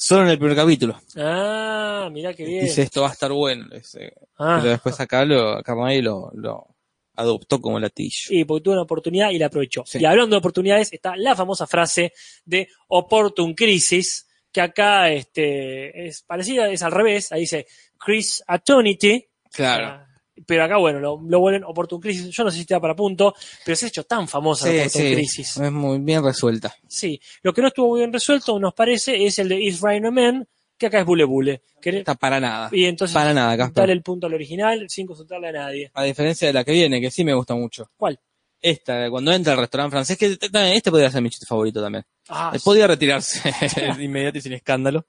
Speaker 2: Solo en el primer capítulo.
Speaker 1: Ah, mirá qué bien.
Speaker 2: Dice, esto va a estar bueno. le dice.
Speaker 1: Ah,
Speaker 2: Pero después acá lo, Carnegie lo, lo adoptó como latillo.
Speaker 1: y porque tuvo una oportunidad y la aprovechó.
Speaker 2: Sí.
Speaker 1: Y hablando de oportunidades, está la famosa frase de opportun crisis, que acá este, es parecida, es al revés, ahí dice Chris Atonity,
Speaker 2: Claro.
Speaker 1: pero acá, bueno, lo, lo vuelven opportun crisis, yo no sé si te da para punto, pero se ha hecho tan famosa la
Speaker 2: Sí,
Speaker 1: opportun
Speaker 2: sí.
Speaker 1: crisis.
Speaker 2: Es muy bien resuelta.
Speaker 1: Sí, lo que no estuvo muy bien resuelto, nos parece, es el de Is Rhino Man, que acá es Bule Bule. Que-
Speaker 2: Está para nada.
Speaker 1: Y entonces,
Speaker 2: Para nada, Casper.
Speaker 1: darle el punto al original sin consultarle a nadie.
Speaker 2: A diferencia de la que viene, que sí me gusta mucho.
Speaker 1: ¿Cuál?
Speaker 2: Esta, cuando entra al restaurante francés, que t- también, este podría ser mi chiste favorito también.
Speaker 1: Ah,
Speaker 2: Eh, Podía retirarse de inmediato y sin escándalo.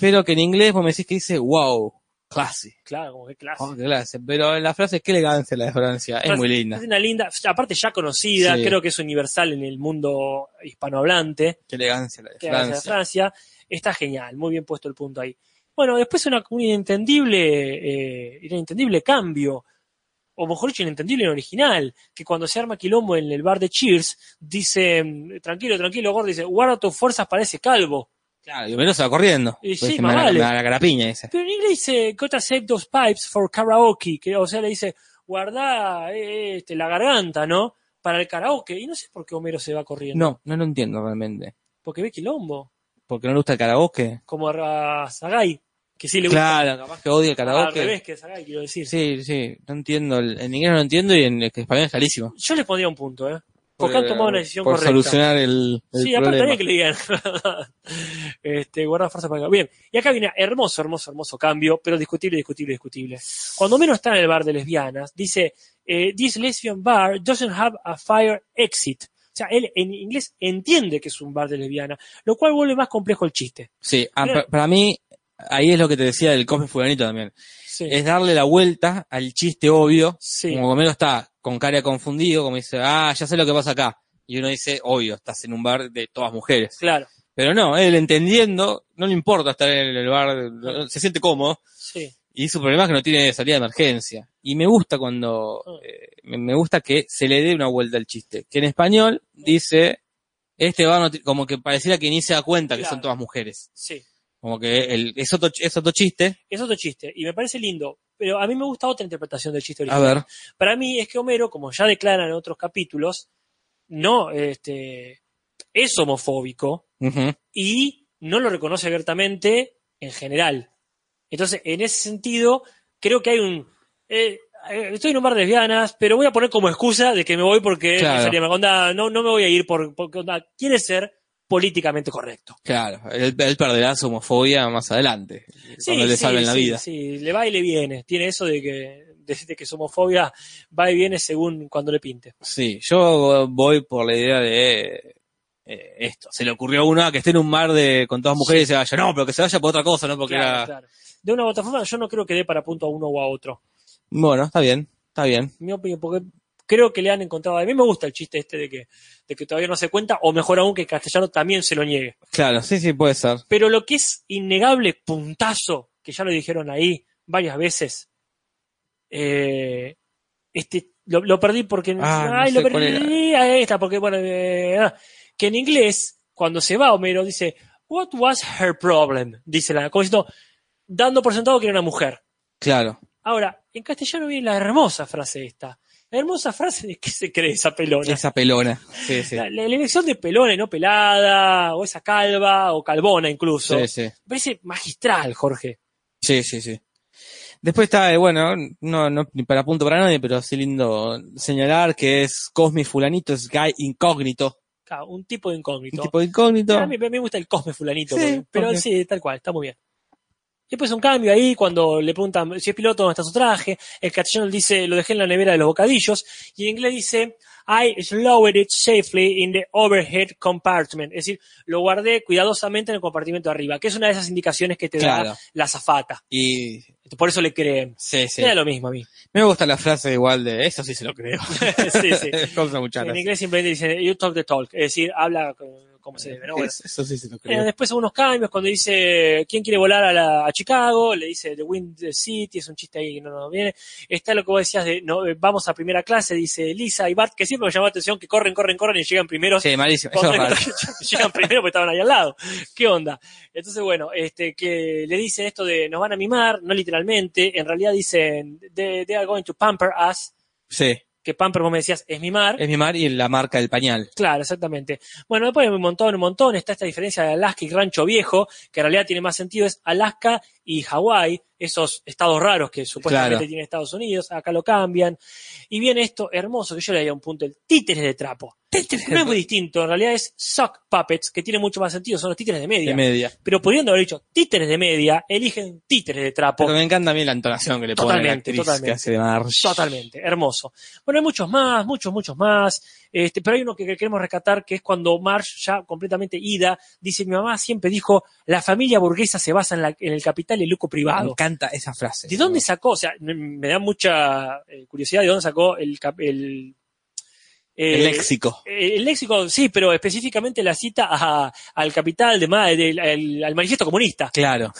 Speaker 2: Pero que en inglés vos me decís que dice, wow, classy.
Speaker 1: claro, como que clase.
Speaker 2: Oh, qué clase. Pero la frase es qué elegancia la de Francia. Es
Speaker 1: Frase-
Speaker 2: muy linda.
Speaker 1: Es una linda, aparte ya conocida,
Speaker 2: Sí.
Speaker 1: creo que es universal en el mundo hispanohablante,
Speaker 2: Qué elegancia la de
Speaker 1: que es de
Speaker 2: Francia.
Speaker 1: Francia. Está genial, muy bien puesto el punto ahí. Bueno, después una, un inentendible, eh, inentendible cambio, o mejor dicho, inentendible en original, que cuando se arma quilombo en el bar de Cheers, dice, mm, tranquilo, tranquilo, gordo, dice, guarda tus fuerzas para ese calvo.
Speaker 2: Claro, y Homero se va corriendo.
Speaker 1: Y sí,
Speaker 2: Porque
Speaker 1: más
Speaker 2: me, da-
Speaker 1: vale.
Speaker 2: me da la carapiña dice.
Speaker 1: Pero en inglés dice, gotta save those pipes for karaoke, que o sea le dice, guarda eh, este, la garganta, ¿no? Para el karaoke. Y no sé por qué Homero se va corriendo.
Speaker 2: No, no lo entiendo realmente.
Speaker 1: Porque ve quilombo,
Speaker 2: Porque no le gusta el karaoke.
Speaker 1: como a Sagai, que sí le gusta.
Speaker 2: Claro, capaz que odia el
Speaker 1: Al revés
Speaker 2: karaoke.
Speaker 1: que Sagai, quiero decir.
Speaker 2: Sí, sí, no entiendo. el- En inglés no lo entiendo y en español es carísimo.
Speaker 1: Yo le pondría un punto, ¿eh? Porque han tomado una decisión
Speaker 2: por
Speaker 1: correcta.
Speaker 2: solucionar el, el
Speaker 1: sí, aparte
Speaker 2: problema.
Speaker 1: había que le digan. este, guarda fuerza para acá. Bien, y acá viene hermoso, hermoso, hermoso cambio, pero discutible, discutible, discutible. Cuando menos está en el bar de lesbianas, dice, eh, this lesbian bar doesn't have a fire exit. O sea, él en inglés entiende que es un bar de lesbiana, lo cual vuelve más complejo el chiste.
Speaker 2: Sí, ah,
Speaker 1: Pero-
Speaker 2: pa- para mí, ahí es lo que te decía del Cosme Fulanito también.
Speaker 1: Sí.
Speaker 2: Es darle la vuelta al chiste obvio.
Speaker 1: Sí.
Speaker 2: Como Homero está con cara de confundido, como dice, ah, ya sé lo que pasa acá. y uno dice, obvio, estás en un bar de todas mujeres.
Speaker 1: Claro,
Speaker 2: Pero no, él entendiendo, no le importa estar en el bar, no- se siente cómodo.
Speaker 1: sí.
Speaker 2: Y su problema es que no tiene salida de emergencia. Y me gusta cuando,
Speaker 1: Ah.
Speaker 2: eh, me me gusta que se le dé una vuelta al chiste. Que en español dice, este bar no ti- como que pareciera que ni se da cuenta que
Speaker 1: Claro.
Speaker 2: son todas mujeres.
Speaker 1: Sí.
Speaker 2: Como que el, es, otro, ch- es otro chiste.
Speaker 1: Es otro chiste y me parece lindo. Pero a mí me gusta otra interpretación del chiste
Speaker 2: A
Speaker 1: original.
Speaker 2: ver,
Speaker 1: Para mí es que Homero, como ya declaran en otros capítulos, no este, es homofóbico
Speaker 2: ujú,
Speaker 1: y no lo reconoce abiertamente en general. Entonces, en ese sentido, creo que hay un... eh, eh, estoy en un bar de lesbianas, pero voy a poner como excusa de que me voy porque
Speaker 2: Claro.
Speaker 1: me salía mal. Onda, no, no me voy a ir por- porque onda, quiere ser políticamente correcto.
Speaker 2: claro, él, él perderá su homofobia más adelante. cuando le salven la
Speaker 1: sí,
Speaker 2: vida.
Speaker 1: Sí, le va y le viene. Tiene eso de que, de, de que su homofobia va y viene según cuando le pinte.
Speaker 2: Sí, yo voy por la idea de eh, esto. Se le ocurrió a una que esté en un mar de, con todas mujeres y se vaya. No, pero que se vaya por otra cosa, ¿no? Porque
Speaker 1: Claro,
Speaker 2: era...
Speaker 1: claro. De una u otra forma, yo no creo que dé para punto a uno o a otro.
Speaker 2: Bueno, está bien, está bien.
Speaker 1: Mi opinión, porque creo que le han encontrado. A mí me gusta el chiste este de que, de que todavía no se cuenta, o mejor aún que el castellano también se lo niegue.
Speaker 2: Claro, sí, sí, puede ser.
Speaker 1: Pero lo que es innegable puntazo, que ya lo dijeron ahí varias veces, eh, este, lo, lo perdí porque.
Speaker 2: Ah,
Speaker 1: ay,
Speaker 2: no sé
Speaker 1: lo
Speaker 2: cuál era.
Speaker 1: perdí. Ahí está, porque, bueno, eh, ah, que en inglés, cuando se va Homero, dice, What was her problem? Dice la, como diciendo, dando por sentado que era una mujer.
Speaker 2: Claro.
Speaker 1: Ahora, en castellano viene la hermosa frase esta. La hermosa frase de qué se cree esa pelona.
Speaker 2: Esa pelona. Sí, sí.
Speaker 1: La, la- la elección de pelona y no pelada, o esa calva, o calvona incluso.
Speaker 2: Sí, sí.
Speaker 1: Me parece magistral, Jorge.
Speaker 2: Sí, sí, sí. Después está, eh, bueno, no, no ni para punto para nadie, pero sí lindo señalar que es Cosme Fulanito, es Guy Incógnito.
Speaker 1: Claro, un tipo de
Speaker 2: Un
Speaker 1: incógnito.
Speaker 2: tipo de incógnito.
Speaker 1: A mí a mí me gusta el cosme fulanito,
Speaker 2: Sí,
Speaker 1: porque- pero
Speaker 2: porque-
Speaker 1: sí, tal cual, está muy bien. Y después un cambio ahí cuando le preguntan si es piloto, dónde está su traje. El castellano dice, lo dejé en la nevera de los bocadillos. Y en inglés dice, I slowed it safely in the overhead compartment. Es decir, lo guardé cuidadosamente en el compartimento de arriba, que es una de esas indicaciones que te da
Speaker 2: Claro.
Speaker 1: la zafata.
Speaker 2: Y
Speaker 1: Por eso le creen.
Speaker 2: sí, sí.
Speaker 1: Me da lo mismo a mí.
Speaker 2: Me gusta la frase igual de eso sí se lo creo.
Speaker 1: sí, sí.
Speaker 2: Cosa muchas
Speaker 1: En
Speaker 2: gracias.
Speaker 1: inglés simplemente dice, you talk the talk. Es decir, habla eh, como se debe. ¿no? Bueno,
Speaker 2: Eso, eso sí se lo
Speaker 1: Eh,
Speaker 2: creo.
Speaker 1: después algunos cambios, cuando dice quién quiere volar a, la- a Chicago, le dice The Wind City, es un chiste ahí que no nos viene. Está lo que vos decías de no, eh, vamos a primera clase, dice Lisa y Bart, que siempre me llamó la atención que corren, corren, corren y llegan primero.
Speaker 2: Sí, malísimo. Eso es raro.
Speaker 1: llegan primero porque estaban ahí al lado. ¿Qué onda? Entonces, bueno, este que le dicen esto de nos van a mimar, no literalmente, en realidad dicen they, they are going to pamper us,
Speaker 2: Sí,
Speaker 1: que pamper vos me decías es mimar.
Speaker 2: es mi mar y la marca del pañal.
Speaker 1: Claro, exactamente. Bueno, después hay un montón, un montón. Está esta diferencia de Alaska y Rancho Viejo, que en realidad tiene más sentido, es Alaska y Hawái, esos estados raros que supuestamente
Speaker 2: Claro.
Speaker 1: tiene Estados Unidos, acá lo cambian. Y viene esto hermoso, que yo le daría un punto, el títeres de trapo. No es muy distinto, en realidad es sock puppets, que tiene mucho más sentido, son los títeres de media.
Speaker 2: De media.
Speaker 1: Pero pudiendo haber dicho títeres de media, eligen títeres de trapo.
Speaker 2: Porque me encanta a mí la entonación que le pone la
Speaker 1: Totalmente,
Speaker 2: actriz
Speaker 1: totalmente.
Speaker 2: que hace de Marge.
Speaker 1: Totalmente, hermoso. Bueno, hay muchos más, muchos, muchos más. Este, pero hay uno que, que queremos rescatar que es cuando Marge, ya completamente ida, dice: Mi mamá siempre dijo, la familia burguesa se basa en, la- en el capital y el lucro
Speaker 2: Me
Speaker 1: privado.
Speaker 2: encanta esa frase.
Speaker 1: ¿De dónde sacó? O sea, me, me da mucha eh, curiosidad de dónde sacó el. cap- el, eh,
Speaker 2: El léxico.
Speaker 1: el léxico, sí, pero específicamente la cita a- al capital de Ma- del- al- al manifiesto comunista
Speaker 2: Claro.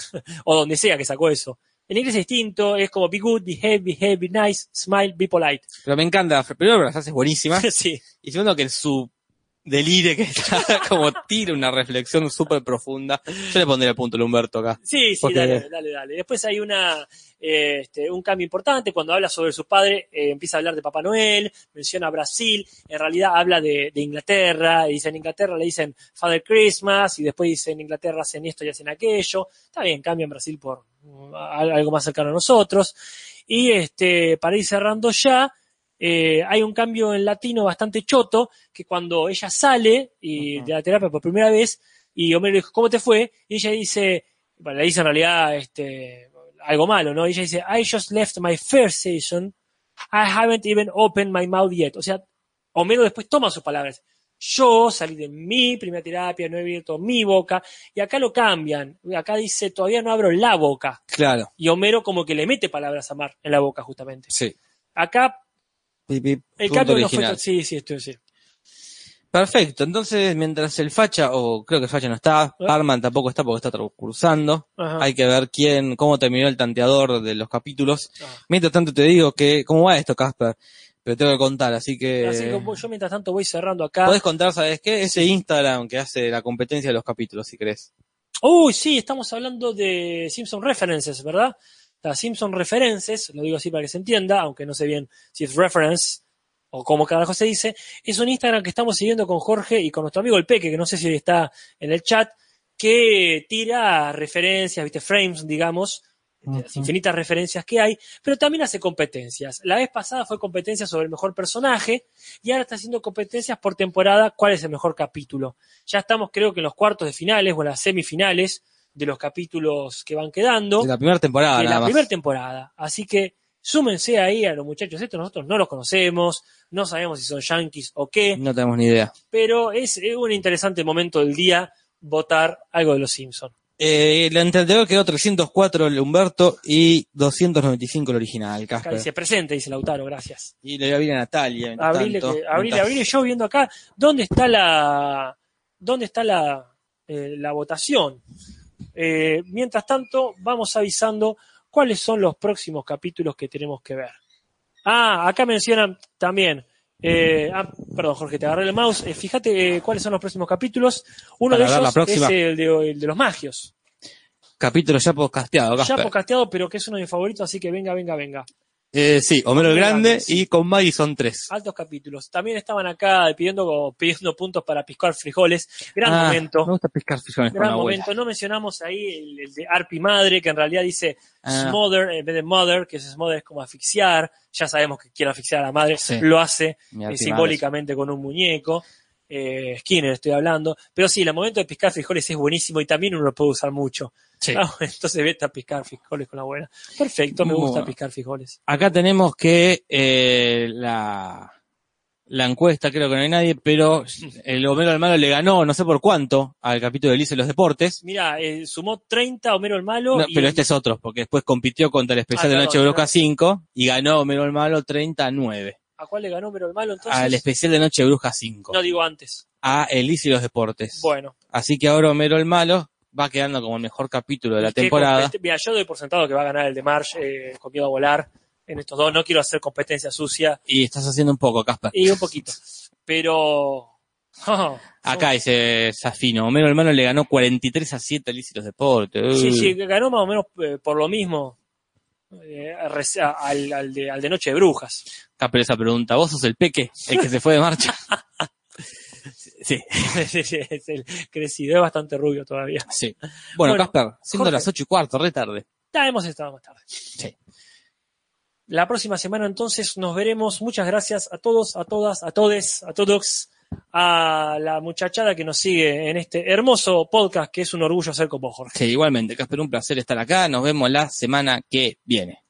Speaker 1: o donde sea que sacó eso. En inglés es distinto, es como be good, behave, behave, be nice, smile, be polite.
Speaker 2: Pero me encanta. la fra- Primero, porque la frase es buenísima.
Speaker 1: sí,
Speaker 2: Y segundo, que en su delire que está, como tira una reflexión súper profunda. Yo le pondría el punto a Humberto acá.
Speaker 1: sí, sí,
Speaker 2: Porque-
Speaker 1: dale, dale, dale. Después hay una, eh, este, un cambio importante cuando habla sobre su padre, eh, empieza a hablar de Papá Noel, menciona Brasil, en realidad habla de, de Inglaterra, y dice en Inglaterra le dicen Father Christmas, y después dice en Inglaterra hacen esto y hacen aquello. Está bien, cambian Brasil por mm, al- algo más cercano a nosotros. Y este, para ir cerrando ya, eh, hay un cambio en latino bastante choto, que cuando ella sale y,
Speaker 2: Ujú.
Speaker 1: de la terapia por primera vez, y Homero dijo, ¿cómo te fue? Y ella dice, bueno, le dice en realidad este, algo malo, ¿no? Y ella dice, I just left my first session, I haven't even opened my mouth yet. O sea, Homero después toma sus palabras. Yo salí de mi primera terapia, no he abierto mi boca, y acá lo cambian. Acá dice, todavía no abro la boca.
Speaker 2: Claro.
Speaker 1: Y Homero como que le mete palabras a Mar en la boca, justamente.
Speaker 2: Sí.
Speaker 1: Acá
Speaker 2: Pi, pi,
Speaker 1: el
Speaker 2: punto
Speaker 1: cambio no fue...
Speaker 2: original.
Speaker 1: tan- Sí, sí, estoy sí.
Speaker 2: Perfecto, entonces mientras el facha, o creo que el facha no está,
Speaker 1: ¿Eh?
Speaker 2: Parman tampoco está porque está cursando,
Speaker 1: Ajá.
Speaker 2: hay que ver quién, cómo terminó el tanteador de los capítulos.
Speaker 1: Ah.
Speaker 2: Mientras tanto te digo que, ¿cómo va esto, Casper? Pero tengo que contar, así que...
Speaker 1: Así que yo mientras tanto voy cerrando acá.
Speaker 2: Podés contar, ¿sabes qué? Ese Instagram que hace la competencia de los capítulos, si querés.
Speaker 1: Uy, sí, estamos hablando de Simpson References, ¿verdad? Las Simpson References, lo digo así para que se entienda, aunque no sé bien si es reference o cómo carajo se dice, es un Instagram que estamos siguiendo con Jorge y con nuestro amigo el Peque, que no sé si está en el chat, que tira referencias, viste, frames, digamos, de las
Speaker 2: Ujú.
Speaker 1: infinitas referencias que hay, pero también hace competencias. La vez pasada fue competencia sobre el mejor personaje y ahora está haciendo competencias por temporada, cuál es el mejor capítulo. Ya estamos creo que en los cuartos de finales o en las semifinales de los capítulos que van quedando
Speaker 2: De la primera temporada,
Speaker 1: de
Speaker 2: nada
Speaker 1: la
Speaker 2: más.
Speaker 1: primera temporada. Así que súmense ahí a los muchachos estos, nosotros no los conocemos, no sabemos si son yankees o qué,
Speaker 2: No tenemos ni idea.
Speaker 1: pero es eh, un interesante momento del día votar algo de los Simpsons.
Speaker 2: Eh, el anterior quedó 304 el Humberto y 295 el original,
Speaker 1: Acá dice
Speaker 2: Casper.
Speaker 1: presente, dice Lautaro, gracias.
Speaker 2: Y le voy a abrir a Natalia. mientras
Speaker 1: Abrile,
Speaker 2: tanto,
Speaker 1: que- abrile,
Speaker 2: mientras-
Speaker 1: abrile, yo viendo acá, ¿dónde está la dónde está la, eh, la votación? Eh, mientras tanto, vamos avisando cuáles son los próximos capítulos que tenemos que ver. Ah, acá mencionan también. eh, ah, perdón, Jorge, te agarré el mouse. Eh, fíjate eh, cuáles son los próximos capítulos. Uno
Speaker 2: Para
Speaker 1: de
Speaker 2: ver
Speaker 1: ellos
Speaker 2: la
Speaker 1: es
Speaker 2: próxima.
Speaker 1: el de, el de los magios.
Speaker 2: Capítulo ya podcasteado,
Speaker 1: Ya
Speaker 2: Casper.
Speaker 1: pocasteado, pero que es uno de mis favoritos, así que venga, venga, venga.
Speaker 2: Eh, sí, Homero el
Speaker 1: Homero
Speaker 2: Grande
Speaker 1: Grande, sí. Ah,
Speaker 2: y con Maggie son tres.
Speaker 1: Altos capítulos. También estaban acá pidiendo, pidiendo puntos para piscar frijoles. Gran
Speaker 2: Ah,
Speaker 1: momento.
Speaker 2: Me gusta pescar fijones con
Speaker 1: Gran
Speaker 2: la abuela.
Speaker 1: momento. No mencionamos ahí el, el de Arpi Madre, que en realidad dice
Speaker 2: Ah.
Speaker 1: smother en vez de mother, que ese smother es como asfixiar. Ya sabemos que quiere asfixiar a la madre.
Speaker 2: Sí.
Speaker 1: Lo hace
Speaker 2: Mi
Speaker 1: eh,
Speaker 2: artimaña.
Speaker 1: simbólicamente con un muñeco. Eh, Skinner estoy hablando. Pero sí, el momento de piscar frijoles es buenísimo y también uno lo puede usar mucho.
Speaker 2: Sí.
Speaker 1: Ah, entonces vete a piscar frijoles con la abuela. Perfecto, me
Speaker 2: Muy
Speaker 1: gusta
Speaker 2: bueno.
Speaker 1: piscar frijoles.
Speaker 2: Acá tenemos que eh, la, la encuesta, creo que no hay nadie, pero el Homero del Malo le ganó, no sé por cuánto, al capítulo de Lice y los Deportes.
Speaker 1: Mira, eh, sumó 30 Homero el Malo.
Speaker 2: No,
Speaker 1: y
Speaker 2: pero este es otro, porque después compitió contra el especial
Speaker 1: Ah,
Speaker 2: de
Speaker 1: claro,
Speaker 2: Noche Bruca
Speaker 1: claro.
Speaker 2: 5 y ganó Homero el Malo 39.
Speaker 1: ¿A cuál le ganó Homero el Malo entonces?
Speaker 2: Al especial de Noche Bruja 5.
Speaker 1: No digo antes.
Speaker 2: A Elise y los Deportes.
Speaker 1: Bueno,
Speaker 2: Así que ahora Homero el Malo va quedando como el mejor capítulo de la
Speaker 1: ¿y qué
Speaker 2: temporada.
Speaker 1: compet- Mira, yo doy por sentado que va a ganar el de Marsh eh, con miedo a volar en estos dos. No quiero hacer competencia sucia
Speaker 2: Y estás haciendo un poco, Casper.
Speaker 1: y un poquito. Pero. oh,
Speaker 2: Acá dice Safino, Homero el Malo le ganó 43 a 7 a Lice y los Deportes.
Speaker 1: Sí,
Speaker 2: Uy.
Speaker 1: sí, ganó más o menos eh, por lo mismo eh, a reci- a- al, al de, al de Noche de Brujas.
Speaker 2: Está pero esa pregunta. ¿Vos sos el peque? ¿El que se fue de marcha? Sí,
Speaker 1: es el crecido, es bastante rubio todavía.
Speaker 2: sí. Bueno,
Speaker 1: Bueno,
Speaker 2: Casper, siendo
Speaker 1: Jorge.
Speaker 2: las ocho y cuarto, re tarde.
Speaker 1: Ya hemos estado más tarde.
Speaker 2: Sí.
Speaker 1: La próxima semana entonces nos veremos. Muchas gracias a todos, a todas, a todes, a todos, a la muchachada que nos sigue en este hermoso podcast que es un orgullo hacer con vos, Jorge.
Speaker 2: Sí, igualmente, Casper, un placer estar acá. Nos vemos la semana que viene.